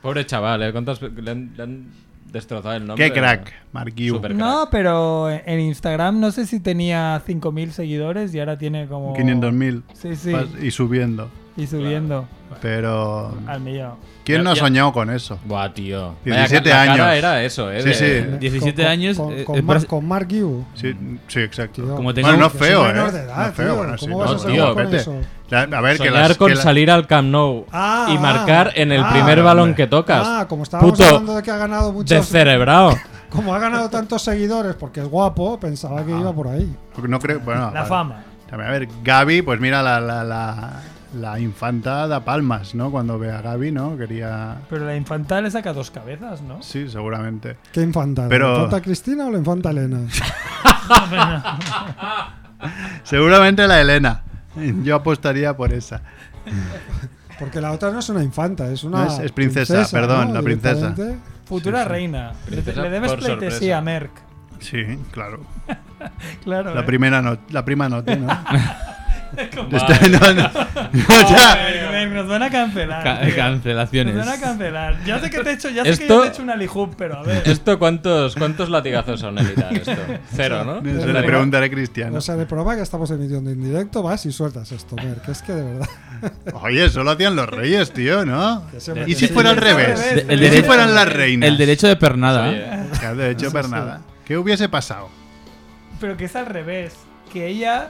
Pobre chaval, ¿eh? ¿Cuántas le han, le han destrozado el nombre? Qué crack, Mark Yu. No, pero en Instagram no sé si tenía 5.000 seguidores y ahora tiene como. 500.000 Sí, sí. Pas- y subiendo. Y subiendo. Pero Al millón. ¿quién no ha Ya- soñado con eso? Buah, tío. Vaya, 17 la años. cara era eso, ¿eh? Sí, De- sí. 17 años, Con, eh, con eh, Mar- pero- con Mark Yu. Sí, sí, exacto. Como tenga bueno, no un- es Es feo, ¿eh? un menor de edad, no es feo, tío, bueno, sí, ¿cómo vas a no, soñar tío, con vete. eso? La- a ver, que Soñar las- con que la- salir al Camp Nou Ah, y marcar en el ah, primer ah, balón hombre. que tocas. Ah, como estábamos Puto hablando de que ha ganado muchos. descerebrado. Como ha ganado tantos seguidores porque es guapo, pensaba que iba por ahí. No creo, bueno, La Ah, vale. fama. A ver, Gaby, pues mira, la, la, la, la infanta da palmas, ¿no? Cuando ve a Gaby, ¿no? Quería... Pero la infantal le saca dos cabezas, ¿no? Sí, seguramente. ¿Qué infanta? ¿La Pero infanta Cristina o la infanta Elena? seguramente la Elena. Yo apostaría por esa. Porque la otra no es una infanta, es una. No, es- es princesa, perdón, ¿no? la princesa. Directamente. Futura Sí, sí. reina. Le- Princesa le debes por pleitesía sorpresa. a Merck. Sí, claro. Claro. La ¿eh? primera no, la prima noche, ¿no? Como- Está- no, no. O sea, Ay, Merck, nos van a cancelar. Ca- tío. cancelaciones. Nos van a cancelar. Ya sé que te he hecho, ya sé que Esto- yo te he hecho una lijub, pero a ver. ¿Esto cuántos, cuántos latigazos son, Elita? Esto? Cero, ¿no? Se le preguntaré a Cristiano. O sea, de prueba que estamos emitiendo en directo, vas y sueltas esto, Merck. Es que de verdad. Oye, eso lo hacían los reyes, tío, ¿no? hombre, ¿Y sí. si fuera al Sí, revés? al revés, ¿no? ¿Y si fueran las reinas? el derecho de pernada. Sí, eh. El derecho de Sí, sí. pernada. ¿Qué hubiese pasado? Pero que es al revés. Que ella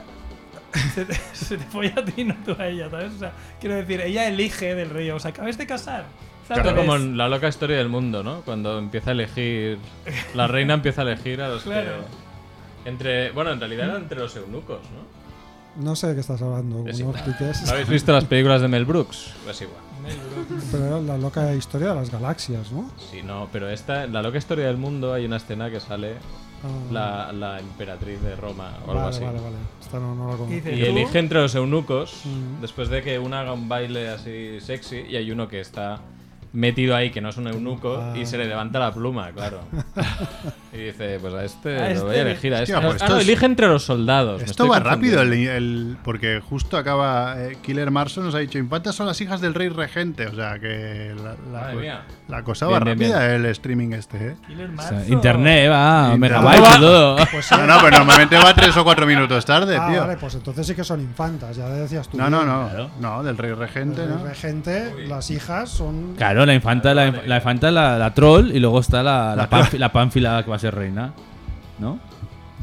se te, se te folla a ti y no tú a ella, ¿sabes? O sea, quiero decir, ella elige del rey. O sea, acabáis de casar. Es al Claro, revés. como en la loca historia del mundo, ¿no? Cuando empieza a elegir. La reina empieza a elegir a los Claro. que. Entre, bueno, en realidad era entre los eunucos, ¿no? No sé de qué estás hablando. Es no igual. expliques. ¿Habéis visto las películas de Mel Brooks? Pues igual. Pero era la loca historia de las galaxias, ¿no? Sí, no, pero esta, en la loca historia del mundo hay una escena que sale Ah. la, la emperatriz de Roma o algo Vale, así. vale, vale. Esta no, no la conozco. Y elige entre los eunucos, Mm. después de que uno haga un baile así sexy, y hay uno que está metido ahí, que no es un eunuco, Ah. y se le levanta la pluma, claro. y dice, pues a este A lo voy a este- elegir, a este. Hostia, pues ah, esto no, es- elige entre los soldados. Pues me Esto estoy va confundiendo. rápido, el, el- porque justo acaba eh, Killer Marson nos ha dicho, infantas son las hijas del rey regente, o sea que la, la Madre co- mía. la cosa va Bien, bien, rápida el streaming este. ¿eh? Killer O Marzo. sea, internet va, Internet. megabytes y todo. Pues sí. No, no, pero normalmente va tres o cuatro minutos tarde, Ah, tío. vale, pues entonces sí que son infantas, ya decías tú. No, no, no, no, del rey regente, El ¿no? regente, las hijas son. Claro, la infanta, la, la infanta es la, la troll y luego está la, la, panfi- la pánfila que va a ser reina. ¿no?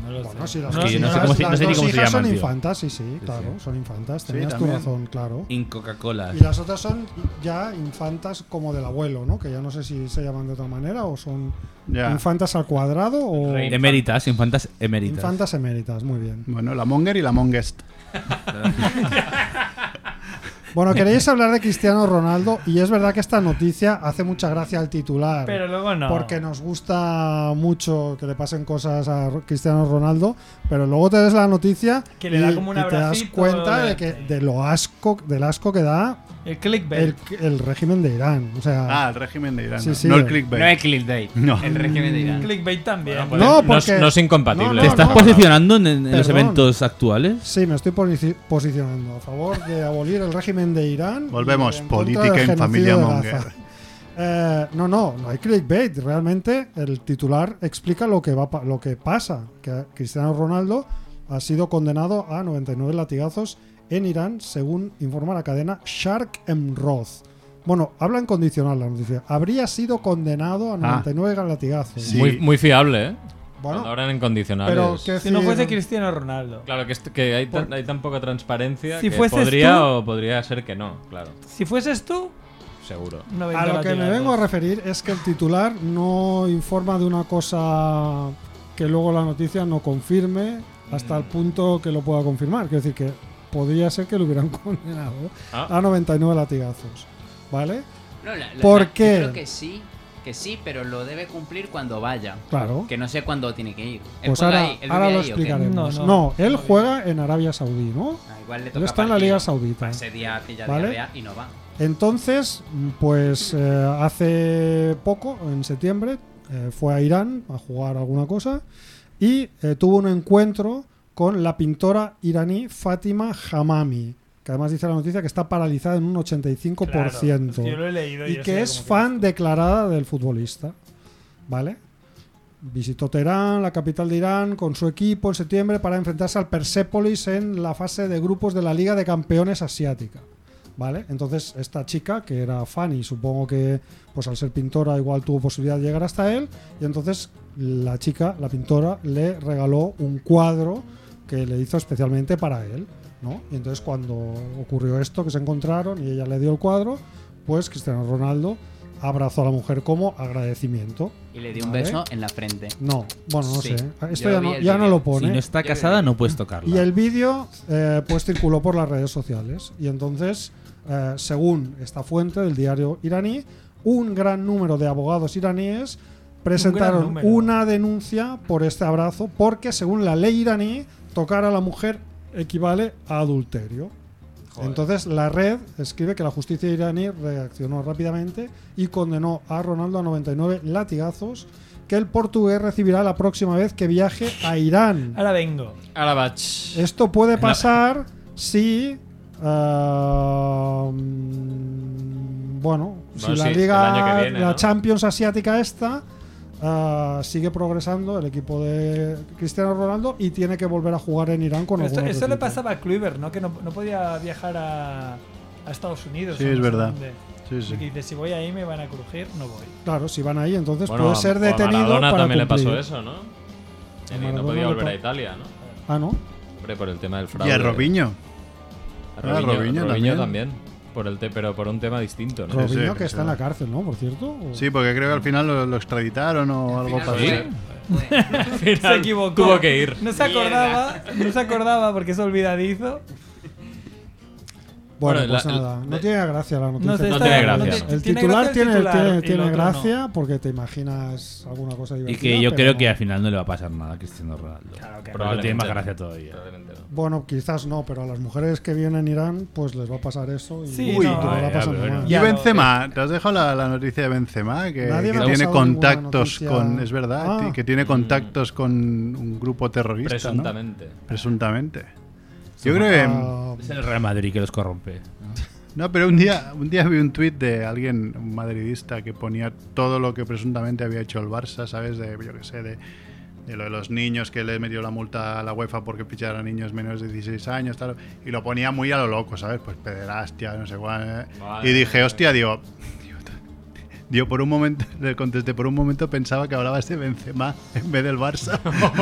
No lo Bueno, sé. sí, las No, dos sí, no sé hijas- cómo se- las no sé ni dos cómo se hijas llaman, son tío. infantas, sí, sí, claro, son infantas. Sí, Tenías tu también. razón, claro. En Coca-Cola. Y las otras son ya infantas como del abuelo, ¿no? Que ya no sé si se llaman de otra manera o son Ya. infantas al cuadrado o Emeritas, infantas emeritas. infantas eméritas, muy bien. Bueno, la monger y la mongest. Bueno, queréis hablar de Cristiano Ronaldo y es verdad que esta noticia hace mucha gracia al titular. Pero luego no. Porque nos gusta mucho que le pasen cosas a Ro- Cristiano Ronaldo, pero luego te des la noticia Que le da y, como un y te das abracito, cuenta eh, de, que, de lo asco, del asco que da El clickbait. el, el régimen de Irán. O sea, Ah, el régimen de Irán. Sí, no, sí. no el clickbait. No es Mm. clickbait. No. El régimen de Irán. clickbait también. no, No es- porque- no es incompatible. No, no, ¿Te estás no. posicionando en, en los Perdón. eventos actuales? Sí, me estoy posi- posicionando a favor de abolir el régimen de Irán. y Volvemos, en política contra del en familia genocidio de Monger. Gaza. Eh, no, no, no hay clickbait. Realmente el titular explica lo que, va, pa- lo que pasa. Que Cristiano Ronaldo ha sido condenado a 99 latigazos en Irán, según informa la cadena Shark Emroth. Bueno, habla en condicional la noticia. Habría sido condenado a 99 latigazos. Sí. Muy, muy fiable, ¿eh? Bueno, Cuando hablan en condicionales. pero que Si no fuese decir- Cristiano Ronaldo. Claro, que, esto- que hay, tan, hay tan poca transparencia Si que fueses podría tú- o podría ser que no, claro, Si fueses tú, seguro. no A lo que me vengo a referir es que el titular no informa de una cosa que luego la noticia no confirme hasta Mm. el punto que lo pueda confirmar. Quiero decir que podría ser que lo hubieran condenado Ah. a 99 latigazos. ¿Vale? No, la- la- ¿Por la- yo qué? creo que sí, que sí, pero lo debe cumplir cuando vaya. Claro. Que no sé cuándo tiene que ir. Él Pues juega ahora, ahí, él ahora vive lo ahí, ¿o qué? explicaremos. No, No, no, él juega en Arabia Saudí, ¿no? Ah, igual le Él toca está en la partido. Liga Saudita. Ese día pilla ¿Vale? diarrea y no va. Entonces, pues eh, hace poco, en septiembre, eh, fue a Irán a jugar alguna cosa y eh, tuvo un encuentro con la pintora iraní Fátima Hamami, que además dice la noticia que está paralizada en un 85%. yo lo he leído y yo que sé es cómo fan declarada del futbolista. ¿Vale? Visitó Teherán, la capital de Irán, con su equipo en septiembre para enfrentarse al Persépolis en la fase de grupos de la Liga de Campeones Asiática. ¿Vale? Entonces, esta chica, que era Fanny, supongo que pues al ser pintora igual tuvo posibilidad de llegar hasta él, y entonces la chica, la pintora, le regaló un cuadro que le hizo especialmente para él. ¿no? Y entonces cuando ocurrió esto, que se encontraron y ella le dio el cuadro, pues Cristiano Ronaldo abrazó a la mujer como agradecimiento. Y le dio un ¿Vale? beso en la frente. No, bueno, no Sí. sé. Esto Yo ya vi no, el ya no vídeo. lo pone. Si no está casada, no puedes tocarla. Y el vídeo eh, pues circuló por las redes sociales. Y entonces, eh, según esta fuente del diario iraní, un gran número de abogados iraníes presentaron número. una denuncia por este abrazo porque, según la ley iraní, tocar a la mujer equivale a adulterio. Entonces la red escribe que la justicia iraní reaccionó rápidamente y condenó a Ronaldo a 99 latigazos que el portugués recibirá la próxima vez que viaje a Irán. Ahora vengo. Arabach. Esto puede pasar si. ah, mm, bueno, si Bueno, la sí, el año Liga, que viene, la ¿no? Champions Asiática esta ah, sigue progresando el equipo de Cristiano Ronaldo y tiene que volver a jugar en Irán con Pero esto algún otro esto le equipo. pasaba a Kluivert, ¿no? Que no, no podía viajar a, a Estados Unidos. Sí, o no es sé verdad. dónde. Sí, sí. Y dice, si voy ahí me van a crujir, no voy. Claro, si van ahí, entonces Bueno, puede a- ser o a detenido. Maradona para también le cumplir. pasó eso, ¿no? A Y Maradona no podía le volver pa- a Italia, ¿no? Ah, ¿no? Hombre, por el tema del Y fraude. a Robinho. A Ah, Robinho, Robinho Robinho también. también. Por el te- pero por un tema distinto, ¿no? Robinho, Sí, sí, que está en la cárcel, ¿no? Por cierto. ¿o? Sí, porque creo que al final lo, lo extraditaron o algo pasó. Al final se equivocó. Tuvo que ir. No se acordaba, no se acordaba porque es olvidadizo. Bueno, Bueno, pues la- nada, la- no tiene gracia la noticia. No sé, No está- tiene gracia, no. El tiene titular gracia el tiene, titular tiene- y tiene el otro gracia porque te imaginas alguna cosa Y divertida. que yo pero creo no. que al final no le va a pasar nada a Cristiano Ronaldo. que Pero no Probablemente tiene más gracia no. todavía. Probablemente no. Bueno, quizás no, pero a las mujeres que vienen a Irán, pues les va a pasar eso. Y Sí, Uy, no, que les va ya, pasando bueno. mal. Y Ya, Benzema, ¿te has dejado la, la noticia de Benzema? Que, Nadie que me ha tiene pasado contactos ninguna noticia. con. Es verdad, Ah. ti- que tiene contactos con un grupo terrorista. ¿no? Presuntamente. Presuntamente. Yo creo que. Ah, Es el Real Madrid que los corrompe. No, pero un día, un día vi un tuit de alguien, un madridista, que ponía todo lo que presuntamente había hecho el Barça, ¿sabes? De, yo qué sé, de, de lo de los niños que le metió la multa a la UEFA porque ficharon a niños menores de 16 años, tal. Y lo ponía muy a lo loco, ¿sabes? Pues pederastia, no sé cuál. ¿eh? Vale. y dije, hostia, digo. Yo por un momento, le contesté, por un momento pensaba que hablabas de Benzema en vez del Barça,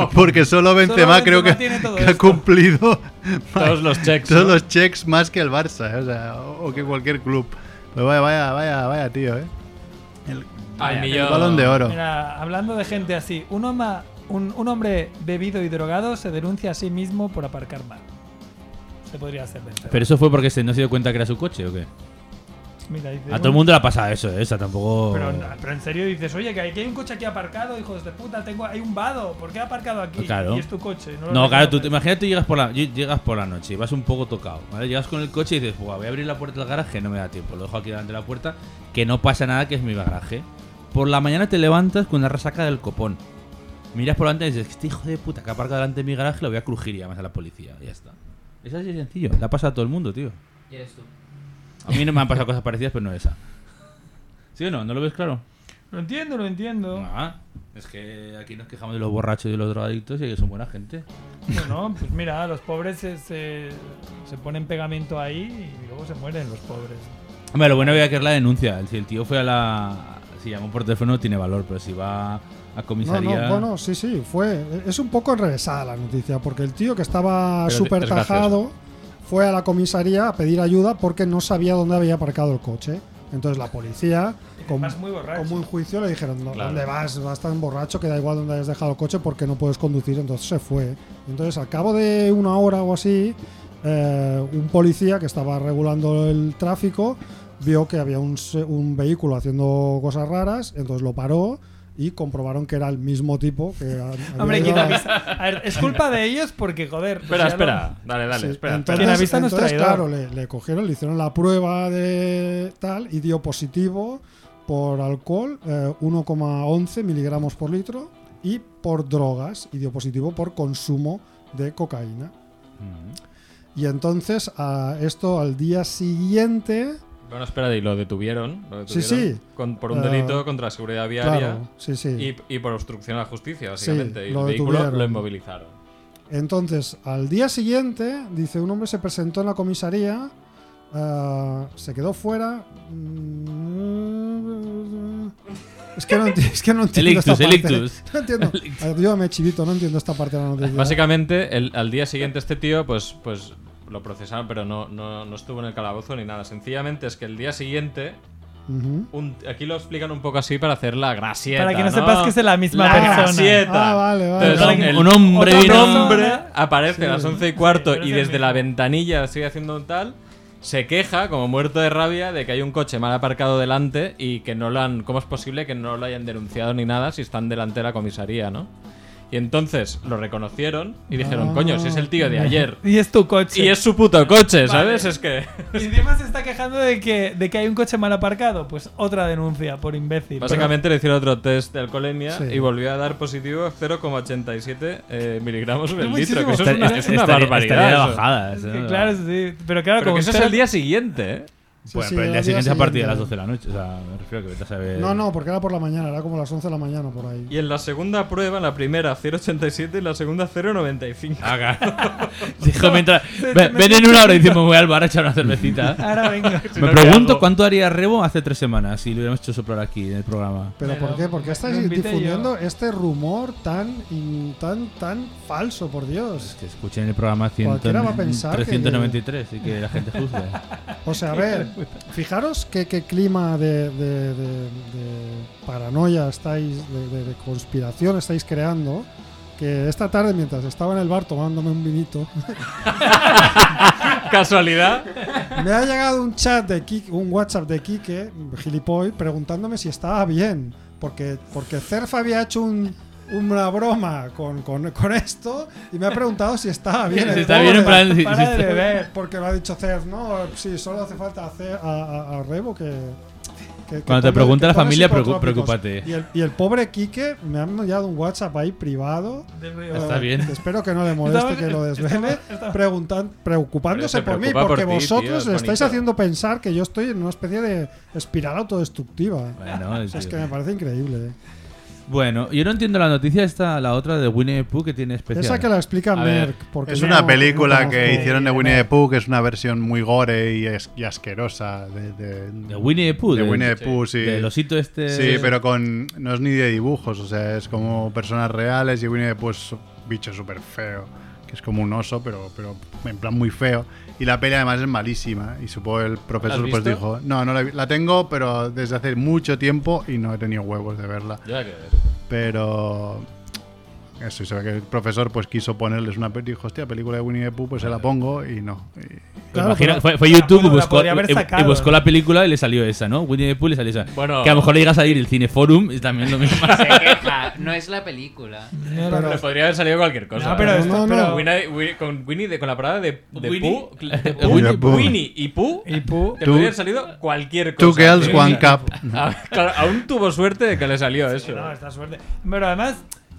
porque solo Benzema, creo Benzema que, tiene todo que ha esto. cumplido Todos los checks, todos ¿no? los checks más que el Barça, eh, o, sea, o- o que cualquier club. Pues vaya, vaya, vaya, vaya, tío, ¿eh? El, Al el millón. balón de oro. Mira, hablando de gente así, un, homa- un, un hombre bebido y drogado se denuncia a sí mismo por aparcar mal. Se podría hacer Benzema. Pero eso fue porque se no se dio cuenta que era su coche o qué. Mira, dice, A todo el bueno, mundo le ha pasado eso, ¿eh? O sea, tampoco. Pero, no, pero en serio dices, oye, que aquí hay un coche aquí aparcado, hijos de puta, tengo, hay un vado, ¿por qué ha aparcado aquí? Claro. Y es tu coche. No, lo No, claro, tú, reconoces. imagínate tú llegas por, la, ll- llegas por la noche y vas un poco tocado, ¿vale? Llegas con el coche y dices, "Buah, voy a abrir la puerta del garaje, no me da tiempo, lo dejo aquí delante de la puerta, que no pasa nada, que es mi garaje. Por la mañana te levantas con la resaca del copón. Miras por delante y dices, este hijo de puta que aparca delante de mi garaje, lo voy a crujir y llamas a la policía, y ya está. Es así de sencillo, la pasa a todo el mundo, tío. Y eres tú. A mí no me han pasado cosas parecidas, pero no esa. ¿Sí o no? ¿No lo ves claro? Lo entiendo, lo entiendo. Ah, es que aquí nos quejamos de los borrachos y de los drogadictos y que son buena gente. Bueno, pues mira, los pobres se, se, se ponen pegamento ahí y luego se mueren los pobres. Hombre, lo bueno que había que es la denuncia. Si el tío fue a la. Si llamó por teléfono, tiene valor, pero si va a No, comisaría. no, bueno, sí, sí, fue. Es un poco enrevesada la noticia, porque el tío que estaba Pero súper es gracioso. tajado fue a la comisaría a pedir ayuda porque no sabía dónde había aparcado el coche. Entonces la policía, con, Vas muy borracho. ¿eh? como un juicio, le dijeron: "No, Claro. ¿Dónde vas? Vas tan borracho que da igual dónde hayas dejado el coche porque no puedes conducir. Entonces se fue. Entonces, al cabo de una hora o así, eh, un policía que estaba regulando el tráfico vio que había un, se- un vehículo haciendo cosas raras, entonces lo paró y comprobaron que era el mismo tipo que ha- había Hombre, ido quien a- avisa. A ver, es culpa de ellos porque, joder. Espera, pues ya lo- espera. Dale, dale, Sí, espera. entonces, Quien avisa no es entonces, traidor. claro, le, le cogieron, le hicieron la prueba de tal y dio positivo por alcohol eh, 1,11 miligramos por litro y por drogas y dio positivo por consumo de cocaína. Mm. Y entonces a esto al día siguiente, Bueno, espera, y lo detuvieron. Lo Sí, detuvieron sí. con- por un Eh, delito contra la seguridad viaria. claro, sí, sí. Y, y por obstrucción a la justicia, básicamente. y lo el vehículo detuvieron. lo inmovilizaron. Entonces, al día siguiente, dice, un hombre se presentó en la comisaría, ah, se quedó fuera... mm, Es que no, enti- es que no entiendo El ictus, esta el parte. ictus. No entiendo. Ayúdame, chivito, no entiendo esta parte de la noticia. Básicamente, el- al día siguiente este tío, pues, pues lo procesaron, pero no, no, no estuvo en el calabozo ni nada. Sencillamente es que el día siguiente Ujú. Un- aquí lo explican un poco así para hacer la gracieta. Para que no sepas que es la misma persona. gracieta. Ah, vale, vale. Entonces, Para que- el- un hombre otro vino- hombre aparece a las Sí. 11 y cuarto y desde la ventanilla sigue haciendo un tal. Se queja, como muerto de rabia, de que hay un coche mal aparcado delante y que no lo han. ¿Cómo es posible que no lo hayan denunciado ni nada si están delante de la comisaría, no? Y entonces lo reconocieron y dijeron, Ah. coño, si es el tío de ayer. Y es tu coche. Y es su puto coche, Vale. ¿sabes? Es que. Y encima se está quejando de que, de que hay un coche mal aparcado. Pues otra denuncia por imbécil. Básicamente le hicieron otro test de alcoholemia Sí. y volvió a dar positivo 0,87 eh, miligramos por Es el litro. Que eso muchísimo. es una, Estaría- es una estaría- barbaridad. estaría de eso. bajada, pues, eso, Es que, claro, sí. Pero claro, Pero como que eso es espera- el día siguiente, ¿eh? Bueno, pero sí, pues, el día al día siguiente a partir de siguiente. las 12 de la noche. O sea, me refiero a que vete a saber. No, no, porque era por la mañana, era como las 11 de la mañana por ahí. Y en la segunda prueba, en la primera 0,87 y en la segunda 0,95. Ah, claro. Dijo mientras. Ven, ven en una hora y decimos, voy al bar a echar una cervecita. Ahora vengo. Si Me no, ¿qué pregunto hago? cuánto haría Rebo hace tres semanas si lo hubiéramos hecho soplar aquí en el programa. ¿Pero por qué? ¿Por qué estáis lo invité difundiendo este rumor tan, in- tan, tan falso, por Dios? Que escuchen el programa 100 Cualquiera va a pensar que- 393 y que la gente juzga. O sea, a ver, fijaros qué, qué clima de, de- de- de paranoia estáis, de, de- de conspiración estáis creando. Que esta tarde, mientras estaba en el bar tomándome un vinito, ¿Casualidad? me ha llegado un chat de Kike, un WhatsApp de Kike, gilipoy, preguntándome si estaba bien. Porque, porque Cerf había hecho un- una broma con, con- con esto y me ha preguntado si estaba bien. Si el está bien, en pobre. plan, si- Para si de está- beber. Porque lo ha dicho Cerf, ¿no? Sí, solo hace falta hacer a, a- a Rebo que. que- que Cuando te tome- pregunte que la tome familia, preocu- psicotrópicos. preocúpate. Y el, y el pobre Quique me ha enviado un WhatsApp ahí privado. Rebo. Está bien. Espero que no le moleste Estaba- que lo desvele. preguntan- preocupándose Pero por se mí, preocupa porque por ti, tío, vosotros es le estáis bonito. haciendo pensar que yo estoy en una especie de espiral autodestructiva. Bueno, es tío. que me parece increíble. ¿eh? Bueno, yo no entiendo la noticia esta, la otra de Winnie the Pooh que tiene especial. Esa que la explica A ver, Merck. Porque es yo una no- película no que conozco. hicieron de Winnie the Pooh, que es una versión muy gore y, as- y asquerosa de, de, ¿De Winnie the Pooh? De Del- Winnie the Pooh, sí. del osito este- Sí, pero con no es ni de dibujos, o sea, es como personas reales y Winnie the Pooh es un bicho súper feo, que es como un oso, pero, pero en plan muy feo. Y la peli además es malísima y supongo el profesor pues visto? dijo, no, no la, vi- la tengo, pero desde hace mucho tiempo y no he tenido huevos de verla. Ya que ver. Pero. Eso, y se ve que el profesor pues quiso ponerles una peli. Dijo, hostia, película de Winnie the Pooh, pues se la pongo y no. Y- Me imagino que fue, fue YouTube y buscó, y- y buscó la película y le salió esa, ¿no? Winnie the Pooh le salió esa. Bueno. que a lo mejor le llegas a ir el Cineforum y también lo mismo. Se queja, no es la película. Pero podría haber salido cualquier cosa. No, pero ¿eh? esto- No, no, pero- Winnie- Winnie- con, Winnie de- con la parada de, de Winnie- Pooh, de Pooh, Winnie Pooh. Winnie y Pooh, Y Pooh. te Two- podría haber salido cualquier cosa. Two girls, tío. one cup. A- claro, aún tuvo suerte de que le salió eso. No, esta suerte. Pero además,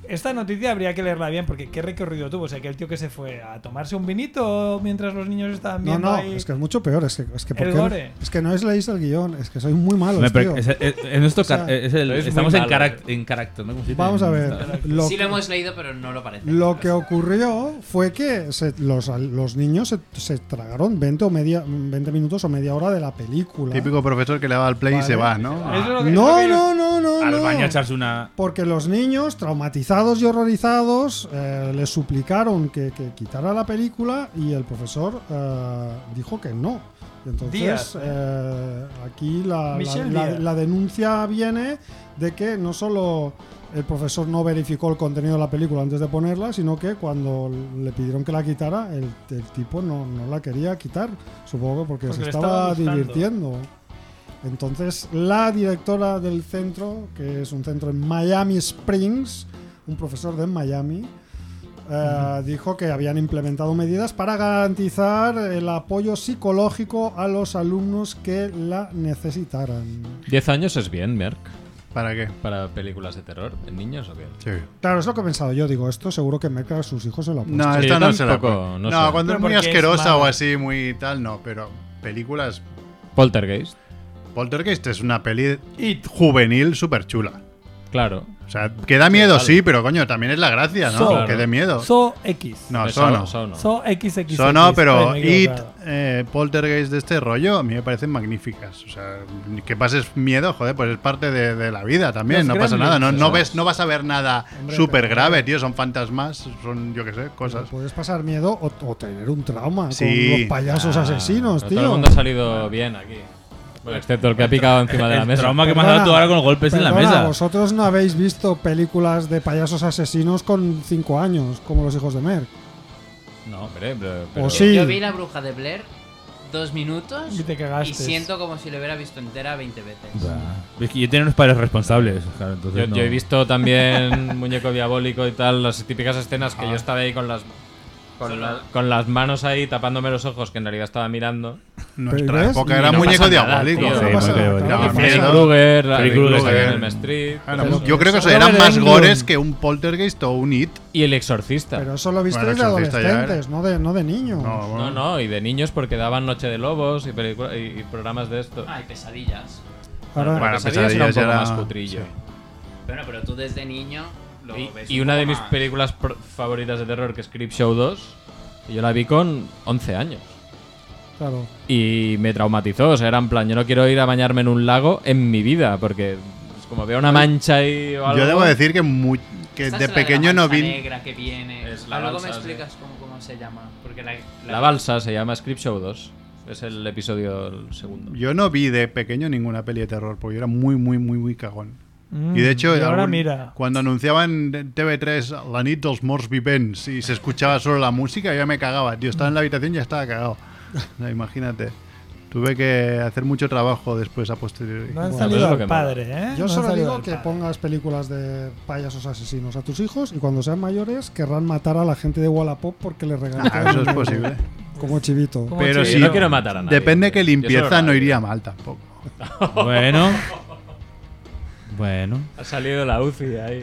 esta noticia habría que leerla bien, porque qué recorrido tuvo. O sea, que el tío que se fue a tomarse un vinito mientras los niños estaban No, viendo no, ahí. es que es mucho peor. Es que, es que, ¿por El qué no- gore. es que no es leíste el guión, es que soy muy malo. Me tío. per- es- es- en esto O sea, car- es el- es muy estamos en, malo. carac- en carácter, ¿no? ¿Cómo se dice? Vamos a ver. Lo sí que- lo hemos leído, pero no lo parece. Lo que ocurrió fue que se- los, los niños se, se tragaron 20, o media, 20 minutos o media hora de la película. Típico profesor que le va al play y se va, ¿no? Eso es lo que- No, es lo que yo- no, no, no. Al no. baño a echarse una. Porque los niños, traumatizados y horrorizados, eh, les suplicaron que, que quitara la película y el profesor eh, dijo que no. Y entonces Díaz, ¿eh? eh, aquí la, la, Michel la- Díaz. la denuncia viene de que no solo el profesor no verificó el contenido de la película antes de ponerla, sino que cuando le pidieron que la quitara, el, el tipo no, no la quería quitar, supongo que porque, Porque se le estaba, estaba gustando. divirtiendo. Entonces, la directora del centro, que es un centro en Miami Springs, un profesor de Miami, eh, dijo que habían implementado medidas para garantizar el apoyo psicológico a los alumnos que la necesitaran. 10 años es bien, Merck. ¿Para qué? ¿Para películas de terror en niños o qué? Sí. Claro, es lo que he pensado yo. Digo, esto seguro que Merck a sus hijos se lo ha puesto. No, Sí, esta no se la tampoco, pon- no No, sé. cuando Pero es muy porque es asquerosa o mala. así, muy tal, no, pero películas. Poltergeist. Poltergeist es una peli It. juvenil súper chula. Claro. O sea, que da miedo, sí, pero coño, también es la gracia, ¿no? So. Que dé miedo. So X. No, Eh, eso no. Saw no. So XX. Eso no, pero Joder, me he It, equivocado. eh, Poltergeist de este rollo, a mí me parecen magníficas. O sea, que pases miedo, joder, pues es parte de, de la vida también, Los no pasa Gremlins, nada. No, eso no, es. ves, no vas a ver nada Hombre, súper pero- grave, tío, son fantasmas, son, yo qué sé, cosas. Puedes pasar miedo o, o tener un trauma Sí. Ah, con los payasos asesinos, Ah, Pero tío. Todo el mundo ha salido bien aquí. Bueno, excepto el que ha picado encima de la El mesa. trauma que me has dado tú ahora con los golpes en la Perdona, mesa. Vosotros no habéis visto películas de payasos asesinos con 5 años, como Los Hijos de Merck. No, hombre, pero. O sí. Yo vi La Bruja de Blair dos minutos Y te cagaste. y siento como si lo hubiera visto entera 20 veces. Es que yo tenía unos padres responsables. claro, entonces Yo, no. yo he visto también Muñeco Diabólico y tal, las típicas escenas que yo estaba ahí con las. Con, la- con las manos ahí tapándome los ojos, que en realidad estaba mirando. Nuestra ¿Ves? época era Muñeco Diabólico. Sí, Muñeco Claro, Diabólico. Clam, Freddy ¿no? Krueger, Ah, Freddy Freddy Krueger. Krueger también en el Street. Ah, no, todo yo eso. creo que eso eran más gores que un poltergeist o un it. Y el exorcista. Pero eso lo visteis Bueno, de exorcista ya era. adolescentes, no de, no de niños. No, no, y de niños porque daban Noche de Lobos y, pelicula- y- y programas de esto. Ah, y pesadillas. Ahora- Bueno, Bueno, pesadillas era un Pesadillas poco era- más cutrillo. Bueno, pero tú desde niño lo Y, ves y un una poco de mis más. películas pro- favoritas de terror, que es Creepshow 2, y yo la vi con 11 años. eh, Claro. Y me traumatizó, o sea, era en plan, yo no quiero ir a bañarme en un lago en mi vida, porque es como veo una mancha ahí o algo... Yo debo decir que, muy- que Esta de es la pequeño la no balsa vi. negra que viene. Es la Ah, luego me balsa, sí. explicas cómo, cómo se llama. Porque la, la- La balsa se llama Creepshow 2, es el episodio el segundo. Yo no vi de pequeño ninguna peli de terror, porque yo era muy, muy, muy, muy cagón. Mm, y de hecho, y ahora algún- mira. cuando anunciaban en TV3 La nit dels morts vivents y se escuchaba solo la música, yo ya me cagaba. Tío, estaba en la habitación y ya estaba cagado. O sea, imagínate. Tuve que hacer mucho trabajo después a posteriori. No han salido al padre, ¿eh? No Yo han solo salido digo al que padre. pongas películas de payasos asesinos a tus hijos y cuando sean mayores querrán matar a la gente de Wallapop porque les regalan. Ah, eso es posible. Como chivito. Pero chico, sí, no quiero matar a nadie, Depende que hombre. Yo solo limpieza no radio. iría mal tampoco. Bueno. Bueno. Ha salido la UCI ahí.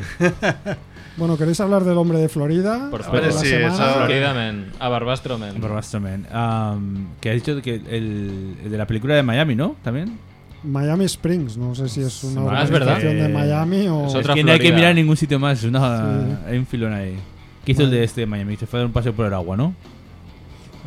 Bueno, ¿queréis hablar del hombre de Florida? Por favor, Hombre de la semana. Florida Man, a Barbastro Man. Barbastro Man. Am, que has dicho que el, el de la película de Miami, ¿no? También. Miami Springs, no sé si es una Ah, es verdad. organización Eh, de Miami o... Es que no hay que mirar en ningún sitio más. Una, Hay un filón ahí. ¿Qué hizo el Vale. de este de Miami? Se fue a dar un paseo por el agua, ¿no?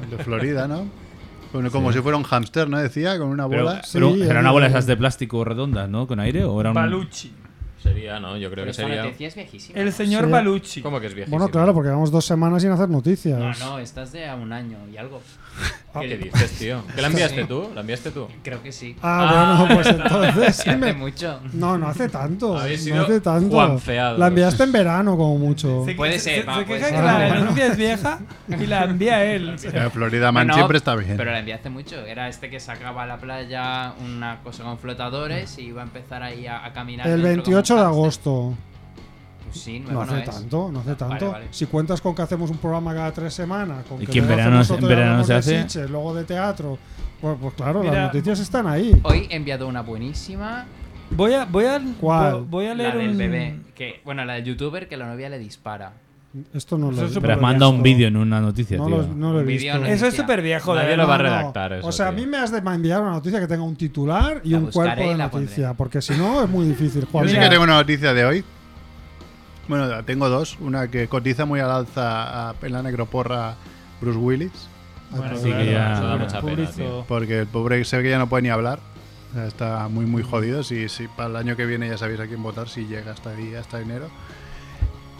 El de Florida, ¿no? Bueno, como si fuera un hámster, ¿no? Decía, con una Pero, bola. pero era una bola de esas de plástico redondas, ¿no? Con aire o era un. Baluchi. Sería, ¿no? Yo creo que esta sería... noticia es viejísima. El señor Sí. Baluchi. ¿Cómo que es viejísima? Bueno, claro, porque llevamos dos semanas sin hacer noticias. No, no, estás de a un año y algo. Ah, Ah, ¿Qué dices, tío? ¿Qué la enviaste tú? ¿La enviaste tú? Creo que sí. Ah, bueno, pues entonces sí hace me- mucho. No, no hace tanto. Habéis No sido hace tanto. juanfeados. La enviaste en verano como mucho. Se- Puede se- ser, se- va, se puede queja ser. que la Bueno. denuncia es vieja y la envía él. Eh, Florida Man No, no, siempre está bien. Pero la enviaste mucho. Era este que sacaba a la playa una cosa con flotadores y iba a empezar ahí a, a caminar. El dentro como 28 de un hámster. agosto. Pues sí, No nuevo no, hace es. tanto, no hace Vale, tanto. vale. Si cuentas con que hacemos un programa cada tres semanas, con Y que en luego verano- hacemos otro en verano y hablamos se de hace. Sitges, luego de teatro. Pues, pues claro, Mira. las noticias están ahí. Hoy he enviado una buenísima. Voy a, voy a, ¿Cuál? voy a leer la del un. bebé. Que, bueno, la del youtuber que la novia le dispara. Esto no lo he Eso es visto. Pero has mandado un vídeo en una noticia, No tío. lo, no lo he Un vídeo visto. no Eso es súper viejo. Nadie lo va a redactar eso. O sea, a tío. mí me has de enviar una noticia que tenga un titular y La un buscaré cuerpo de y la pondré. noticia, porque si no es muy difícil. Yo Juan, sí mira, que tengo una noticia de hoy. Bueno, tengo dos. Una que cotiza muy al alza a- en la necroporra Bruce Willis. Bueno, Sí, que ya- Eso da mira, mucha pena, tío. Porque el pobre se ve que ya no puede ni hablar. O sea, Está muy, muy jodido. Si, si para el año que viene ya sabéis a quién votar, si llega hasta ahí, hasta enero.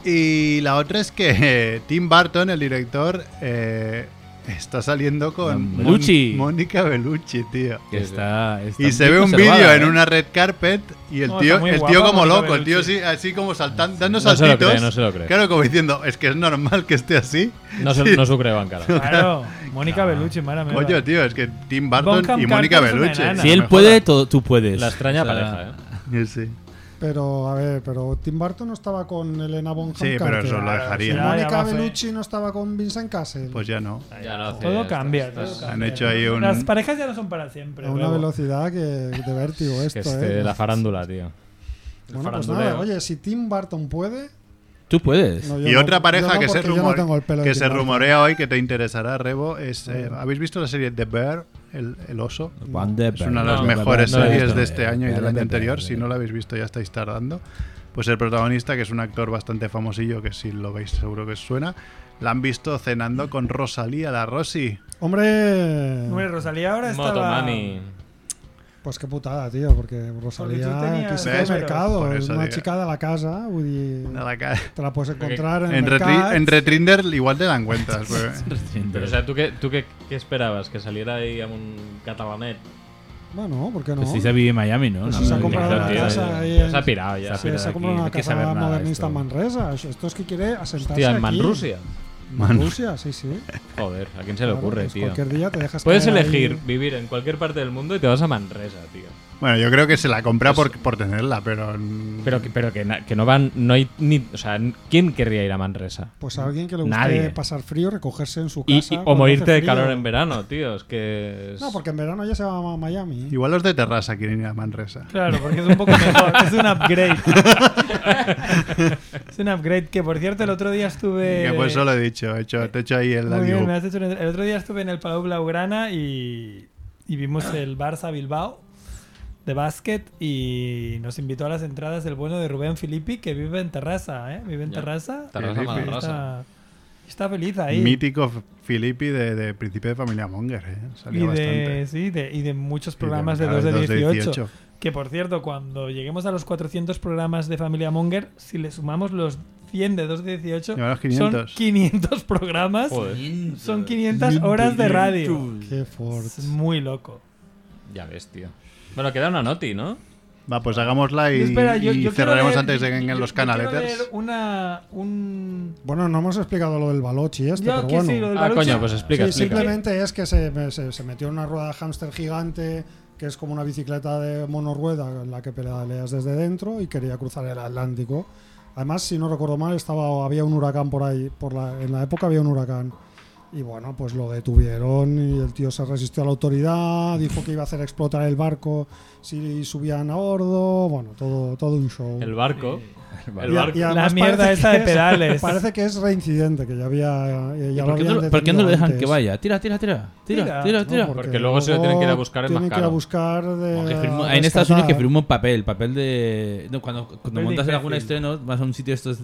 Y la otra es que eh, Tim Burton, el director, eh, está saliendo con Con Bellucci. Mon- Mónica Bellucci, tío. Que está, está Y muy se ve un conservada, vídeo en ¿eh? una red carpet y el No, tío, Oh, está muy el guapa tío como Mónica loco, el tío Bellucci. así, así como saltando, dando No se lo saltitos. cree, no se lo cree. Claro, como diciendo, es que es normal que esté así. No se, Sí. no se lo creo en cara. Claro, Mónica Bellucci, mala mía. Coño, tío, es que Tim Burton Bonham y Mónica Carter es una Bellucci. enana. no Si me él puede, todo- tú puedes. La O extraña sea, pareja, ¿eh? jodas. Sí, sí. Pero, a ver, pero Tim Burton no estaba con Elena Bonham Sí, pero Carter. eso lo dejaría. Ya, Y ya Mónica va, fe. Bellucci no estaba con Vincent Castle. Pues ya no. Ya no hace Todo estas- cambia, estas- todo cambia. Han hecho ahí un. Las parejas ya no son para siempre. a una luego. velocidad que de vértigo esto, Que es de ¿eh? la farándula, tío. El Bueno, pues faranduleo. nada, oye, si Tim Burton puede... Tú puedes. no, yo Y no- otra yo pareja no, que, se, porque yo no rumore- tengo el pelo de que se Tim Burton. rumorea hoy que te interesará, Rebo, es. eh, ¿Habéis visto la serie The Bear, el, el oso? Van de Es una Beek. de las No, mejores no la he series visto. Eh, de eh, este año y del Van año de anterior. Beek. Si no la habéis visto, ya estáis tardando. Pues el protagonista, que es un actor bastante famosillo, que si lo veis seguro que os suena, la han visto cenando con Rosalía, la Rosy. Hombre, Hombre, Rosalía ahora está. Motomani. pues qué putada, tío, porque Rosalía tú tenías aquí se números. hace mercado. Por Es eso una digo. chica de la casa, Woody. Nada que- Te la puedes encontrar Mm. en el En, mercat. retri- en Retrinder igual te pues, dan cuentas. Siento. Pero, o sea, ¿tú, qué, tú qué, qué esperabas? ¿Que saliera ahí a un catalanet Bueno, ¿por qué no? Pues sí se vive en Miami, ¿no? Pues No, si se ha no, comprado claro, una tío, casa eh, ahí se en- ha pirado ya, se ha Sí, pirado se ha aquí. comprado Hay una que saber casa nada de modernista en esto. Manresa. Eso- Esto es que quiere asentarse Hostia, en aquí. Manrusia. Manrusia, sí, sí. Joder, ¿a quién se le Claro, ocurre, pues tío? cualquier día te dejas Puedes caer ahí. elegir vivir en cualquier parte del mundo y te vas a Manresa, tío. Bueno, yo creo que se la compra Pues- por, por tenerla, pero. Pero que, pero que, na- que no van, no hay ni, o sea, ¿quién querría ir a Manresa? Pues alguien que le guste Nadie. pasar frío, recogerse en su Y- y- casa. o cuando morirte hace de frío. calor en verano, tío. Es que. es- No, porque en verano ya se va a Miami. Igual los de Terrassa quieren ir a Manresa. Claro, porque es un poco mejor. es un upgrade. es un upgrade que, por cierto, el otro día estuve. Que por eso lo he dicho, he hecho, te he hecho ahí el Muy bien, adiós. me has hecho una- El otro día estuve en el Palau Blaugrana y, y vimos el Barça Bilbao de básquet y nos invitó a las entradas el bueno de Rubén Filippi que vive en Terrassa, ¿eh? Vive en Ya. Terrassa. Terrassa, Y Malarrasa. está, está feliz ahí. Mítico Filippi de, de Príncipe de Familia Monger, ¿eh? Salía y bastante. de, sí, de- y de muchos Y de programas de, cada 2 de dos de 18, 18. Que por cierto, cuando lleguemos a los 400 programas de Familia Monger, si le sumamos los 100 de 2 de 18, Llevamos son 500. 500 programas, Joder. son 500 horas de radio. Qué fuerte. Es muy loco. Ya ves, tío. Bueno, queda una noti, ¿no? Va, pues hagámosla y, Espera, yo- y yo quiero cerraremos leer- antes de que yo- vengan yo- los yo quiero leer canaleters. una, un... Bueno, no hemos explicado lo del balochi este, Ya, pero que sí, bueno. lo del Ah, Balochi. coño, pues explica, Sí, explica. Simplemente es que se, se- se metió en una rueda de hámster gigante, que es como una bicicleta de monorrueda en la que pedaleas desde dentro y quería cruzar el Atlántico. Además, si no recuerdo mal, estaba había un huracán por ahí, por la, en la época había un huracán. Y bueno, pues lo detuvieron y el tío se resistió a la autoridad, dijo que iba a hacer explotar el barco si subían a bordo, bueno, todo, todo un show. El barco. El Y a- barco. y además parece esa que de es- pedales. parece que es reincidente, que ya había. eh, Ya lo ¿Por qué, habían no, por qué no detenido lo dejan antes. que vaya? Tira, tira, tira. Tira, Tira. tira, No, tira. porque Porque luego se lo tienen que ir a buscar en Tienen más que ir a caro. buscar de. Que firmó- a en Estados rescatar. Unidos que firmó un papel, papel de... no, cuando cuando Papel de montas en algún imbécil. estreno, vas a un sitio de estas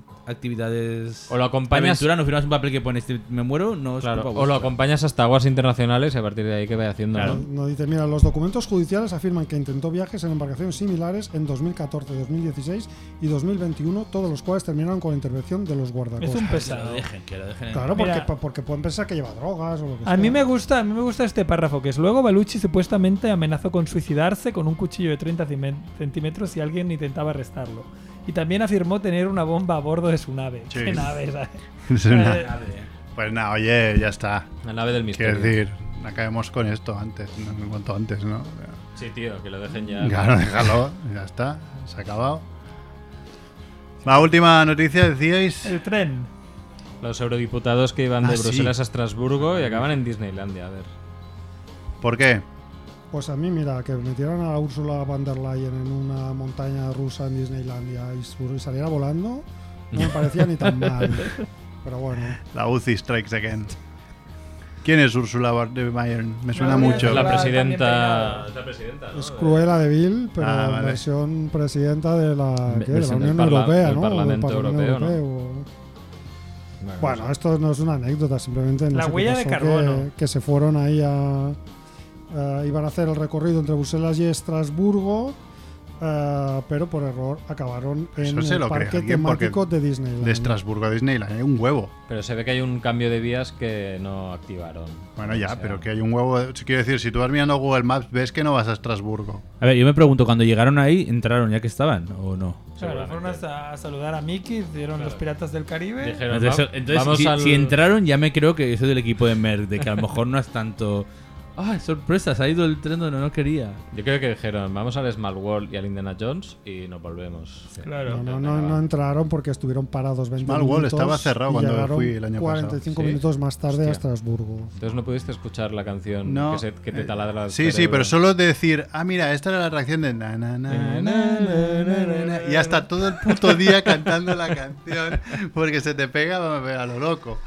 actividades... O lo acompañas- de aventura, no firmas un papel que pone este, me muero, no es Claro, culpa o lo vuestra. acompañas hasta aguas internacionales y a partir de ahí que vaya haciendo, Claro. ¿no? No dice, mira, los documentos judiciales afirman que intentó viajes en embarcaciones similares en 2014, 2016 y 2021, todos los cuales terminaron con la intervención de los guardacostas. Es un Que pesado. lo dejen, que lo dejen. en- Claro, porque, Mira. pa- porque pueden pensar que lleva drogas o lo que sea. A mí me gusta, a mí me gusta este párrafo que es luego Baluchi supuestamente amenazó con suicidarse con un cuchillo de 30 cimen- centímetros si alguien intentaba arrestarlo. Y también afirmó tener una bomba a bordo de su nave. Sí. ¿Qué nave esa? Es una- Eh, Pues nada, oye, ya está. La nave del misterio. Quiero decir, acabemos con esto antes, no, cuanto antes, ¿no? Sí, tío, que lo dejen ya. Claro, déjalo, ya está, se ha acabado. La última noticia, decíais. El tren. Los eurodiputados que iban de Ah, sí. Bruselas a Estrasburgo y acaban en Disneylandia, a ver. ¿Por qué? Pues a mí, mira, que metieran a Ursula von der Leyen en una montaña rusa en Disneylandia y su- y saliera volando, no me parecía ni tan mal. Pero bueno. La UCI Strikes Again. ¿Quién es Ursula von der Leyen? Me suena La voy a mucho. Es la Estaba presidenta. también Es la presidenta, ¿no? Es Cruella de Vil, pero Ah, vale. versión presidenta de la, Ve- ¿qué? De la versión del Unión parla- Europea, del ¿no? Parlamento Del Europeo, o- Bueno, esto no es una anécdota, simplemente no La sé qué huella de pasó, carbono. Que, que se fueron ahí a, a- iban a hacer el recorrido entre Bruselas y Estrasburgo, ah, pero por error acabaron en Eso se el lo cree parque alguien porque temático de Disneyland. De Estrasburgo a Disneyland, hay un huevo. Pero se ve que hay un cambio de vías que no activaron. Bueno, ya, O sea, pero que hay un huevo. de- Quiero decir, si tú vas mirando Google Maps, ves que no vas a Estrasburgo. A ver, yo me pregunto, cuando llegaron ahí, ¿entraron ya que estaban o no? Claro, fueron a, a saludar a Mickey, dieron los piratas del Caribe. Dijeron, Entonces, "Va- entonces, vamos si, al- si entraron, ya me creo que eso del equipo de Merck, de que a lo mejor no es tanto... ¡Ah, sorpresa! Se ha ido el tren donde no quería. Yo creo que dijeron, vamos al Small World y al Indiana Jones y nos volvemos. Claro. No, no, no, no entraron porque estuvieron parados 20 Small World minutos. estaba cerrado y cuando llegaron fui el año pasado. 45 ¿Sí? minutos más tarde Hostia. a Estrasburgo. Entonces no pudiste escuchar la canción No. que, se- que te eh, taladra el Sí, sí, cerebro. pero solo de decir, ah, mira, esta era la atracción de na, na, na, na, na, na, na, na", y hasta todo el puto día cantando la canción porque se te pega a a lo loco.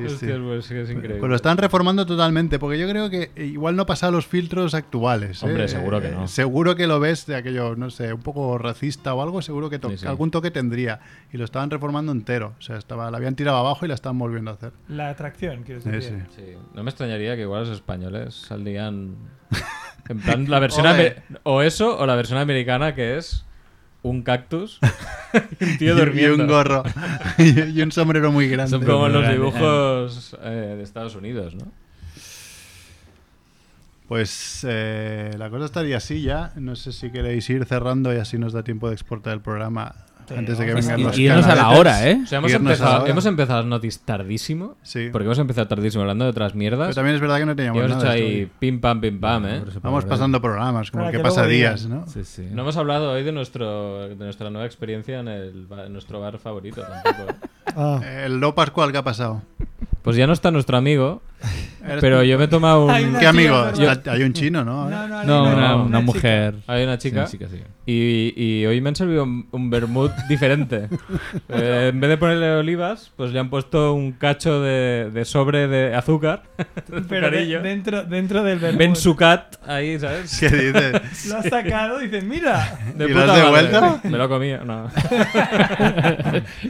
Sí, sí. Hostia, pues sí que es increíble. Pues lo están reformando totalmente, porque yo creo que eh, igual no pasa los filtros actuales. ¿eh? Hombre, seguro que no. Eh, Seguro que lo ves de aquello, no sé, un poco racista o algo, seguro que to- Sí, sí. algún toque tendría. Y lo estaban reformando entero. O sea, estaba, la habían tirado abajo y la están volviendo a hacer. La atracción, quiero Sí, decir. sí. Sí, No me extrañaría que igual los españoles saldrían. En plan, la versión. Ole. amer- O eso, o la versión americana que es un cactus y un Y- tío durmiendo. Y un gorro. y un sombrero muy grande. Son como Muy los grande. dibujos eh, de Estados Unidos, ¿no? Pues eh, la cosa estaría así ya. No sé si queréis ir cerrando y así nos da tiempo de exportar el programa antes de que Vamos vengan a- los irnos a la canaletas. hora, ¿eh? O sea, hemos, Irnos a la empezado, hora. hemos empezado las notis tardísimo. Porque hemos empezado tardísimo hablando de otras mierdas. Pero también es verdad que no teníamos Y hemos nada hecho de ahí esto. pim pam, pim pam, ¿eh? Vamos pasando programas, como Para que que pasa luego días, digan. ¿no? Sí, sí. No hemos hablado hoy de, nuestro, de nuestra nueva experiencia en, el, ba- en nuestro bar favorito tampoco. Ah, El Eh, Lo Pascual, ¿qué ha pasado? Pues ya no está nuestro amigo, Eres pero tú. yo me he tomado un... Hay una ¿Qué chica, amigo? perdón. Está- hay un chino, ¿no? No, no, hay una- una- una mujer. Hay una chica. Sí, una chica, sí. Y, y hoy me han servido un, un vermut diferente. Eh, en vez de ponerle olivas, pues le han puesto un cacho de, de sobre de azúcar. de Pero de- azucarillo. dentro, dentro del vermut. Ben Sucat ahí, ¿sabes? ¿Qué dices? Lo has sacado y dices, mira. De puta madre. Me lo comía, no.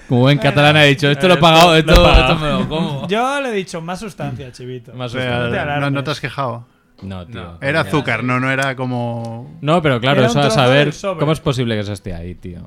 Como buen catalán ha dicho, esto lo he Esto- pagado, esto, lo he pagado. esto me lo como. Yo le he dicho más sustancia, chivito. Más Pero sustancia. No te no, alarmes. no te has quejado. No, tío. Era azúcar, no, no era como. No, pero claro, eh. Era eso un a trozo saber del sobre. cómo es posible que eso esté ahí, tío.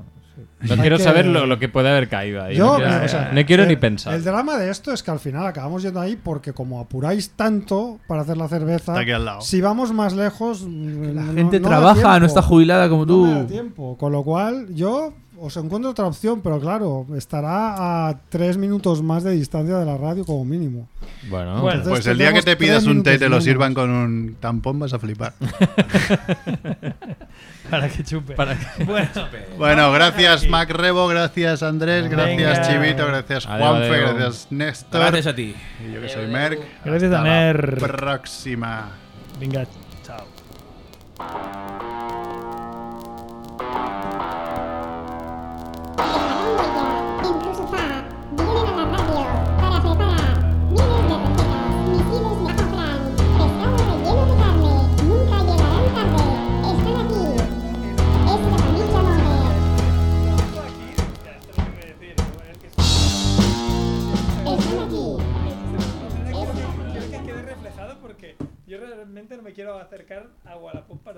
No Hay quiero que- saber lo, lo que puede haber caído ahí. Yo, no quiero, o sea, no quiero el- ni pensar. El drama de esto es que al final acabamos yendo ahí porque como apuráis tanto para hacer la cerveza, Está aquí al lado. si vamos más lejos, mm, la gente trabaja, no está jubilada como tú. tiempo, con lo cual yo os encuentro otra opción, pero claro, estará a tres minutos más de distancia de la radio como mínimo. Bueno, Entonces pues el día que tenemos te pidas tres un té y te lo minutos sirvan con un tampón vas a flipar. Para que chupe. Para que- Bueno, Bueno, gracias Mac Rebo, gracias Andrés, gracias Venga. Chivito, gracias Adeu, Juanfe, adeu. gracias Néstor. Gracias a ti. Y yo que soy Merck. Gracias, Hasta la Aner. Próxima. Venga, chao. Yo realmente no me quiero acercar a Wallapop para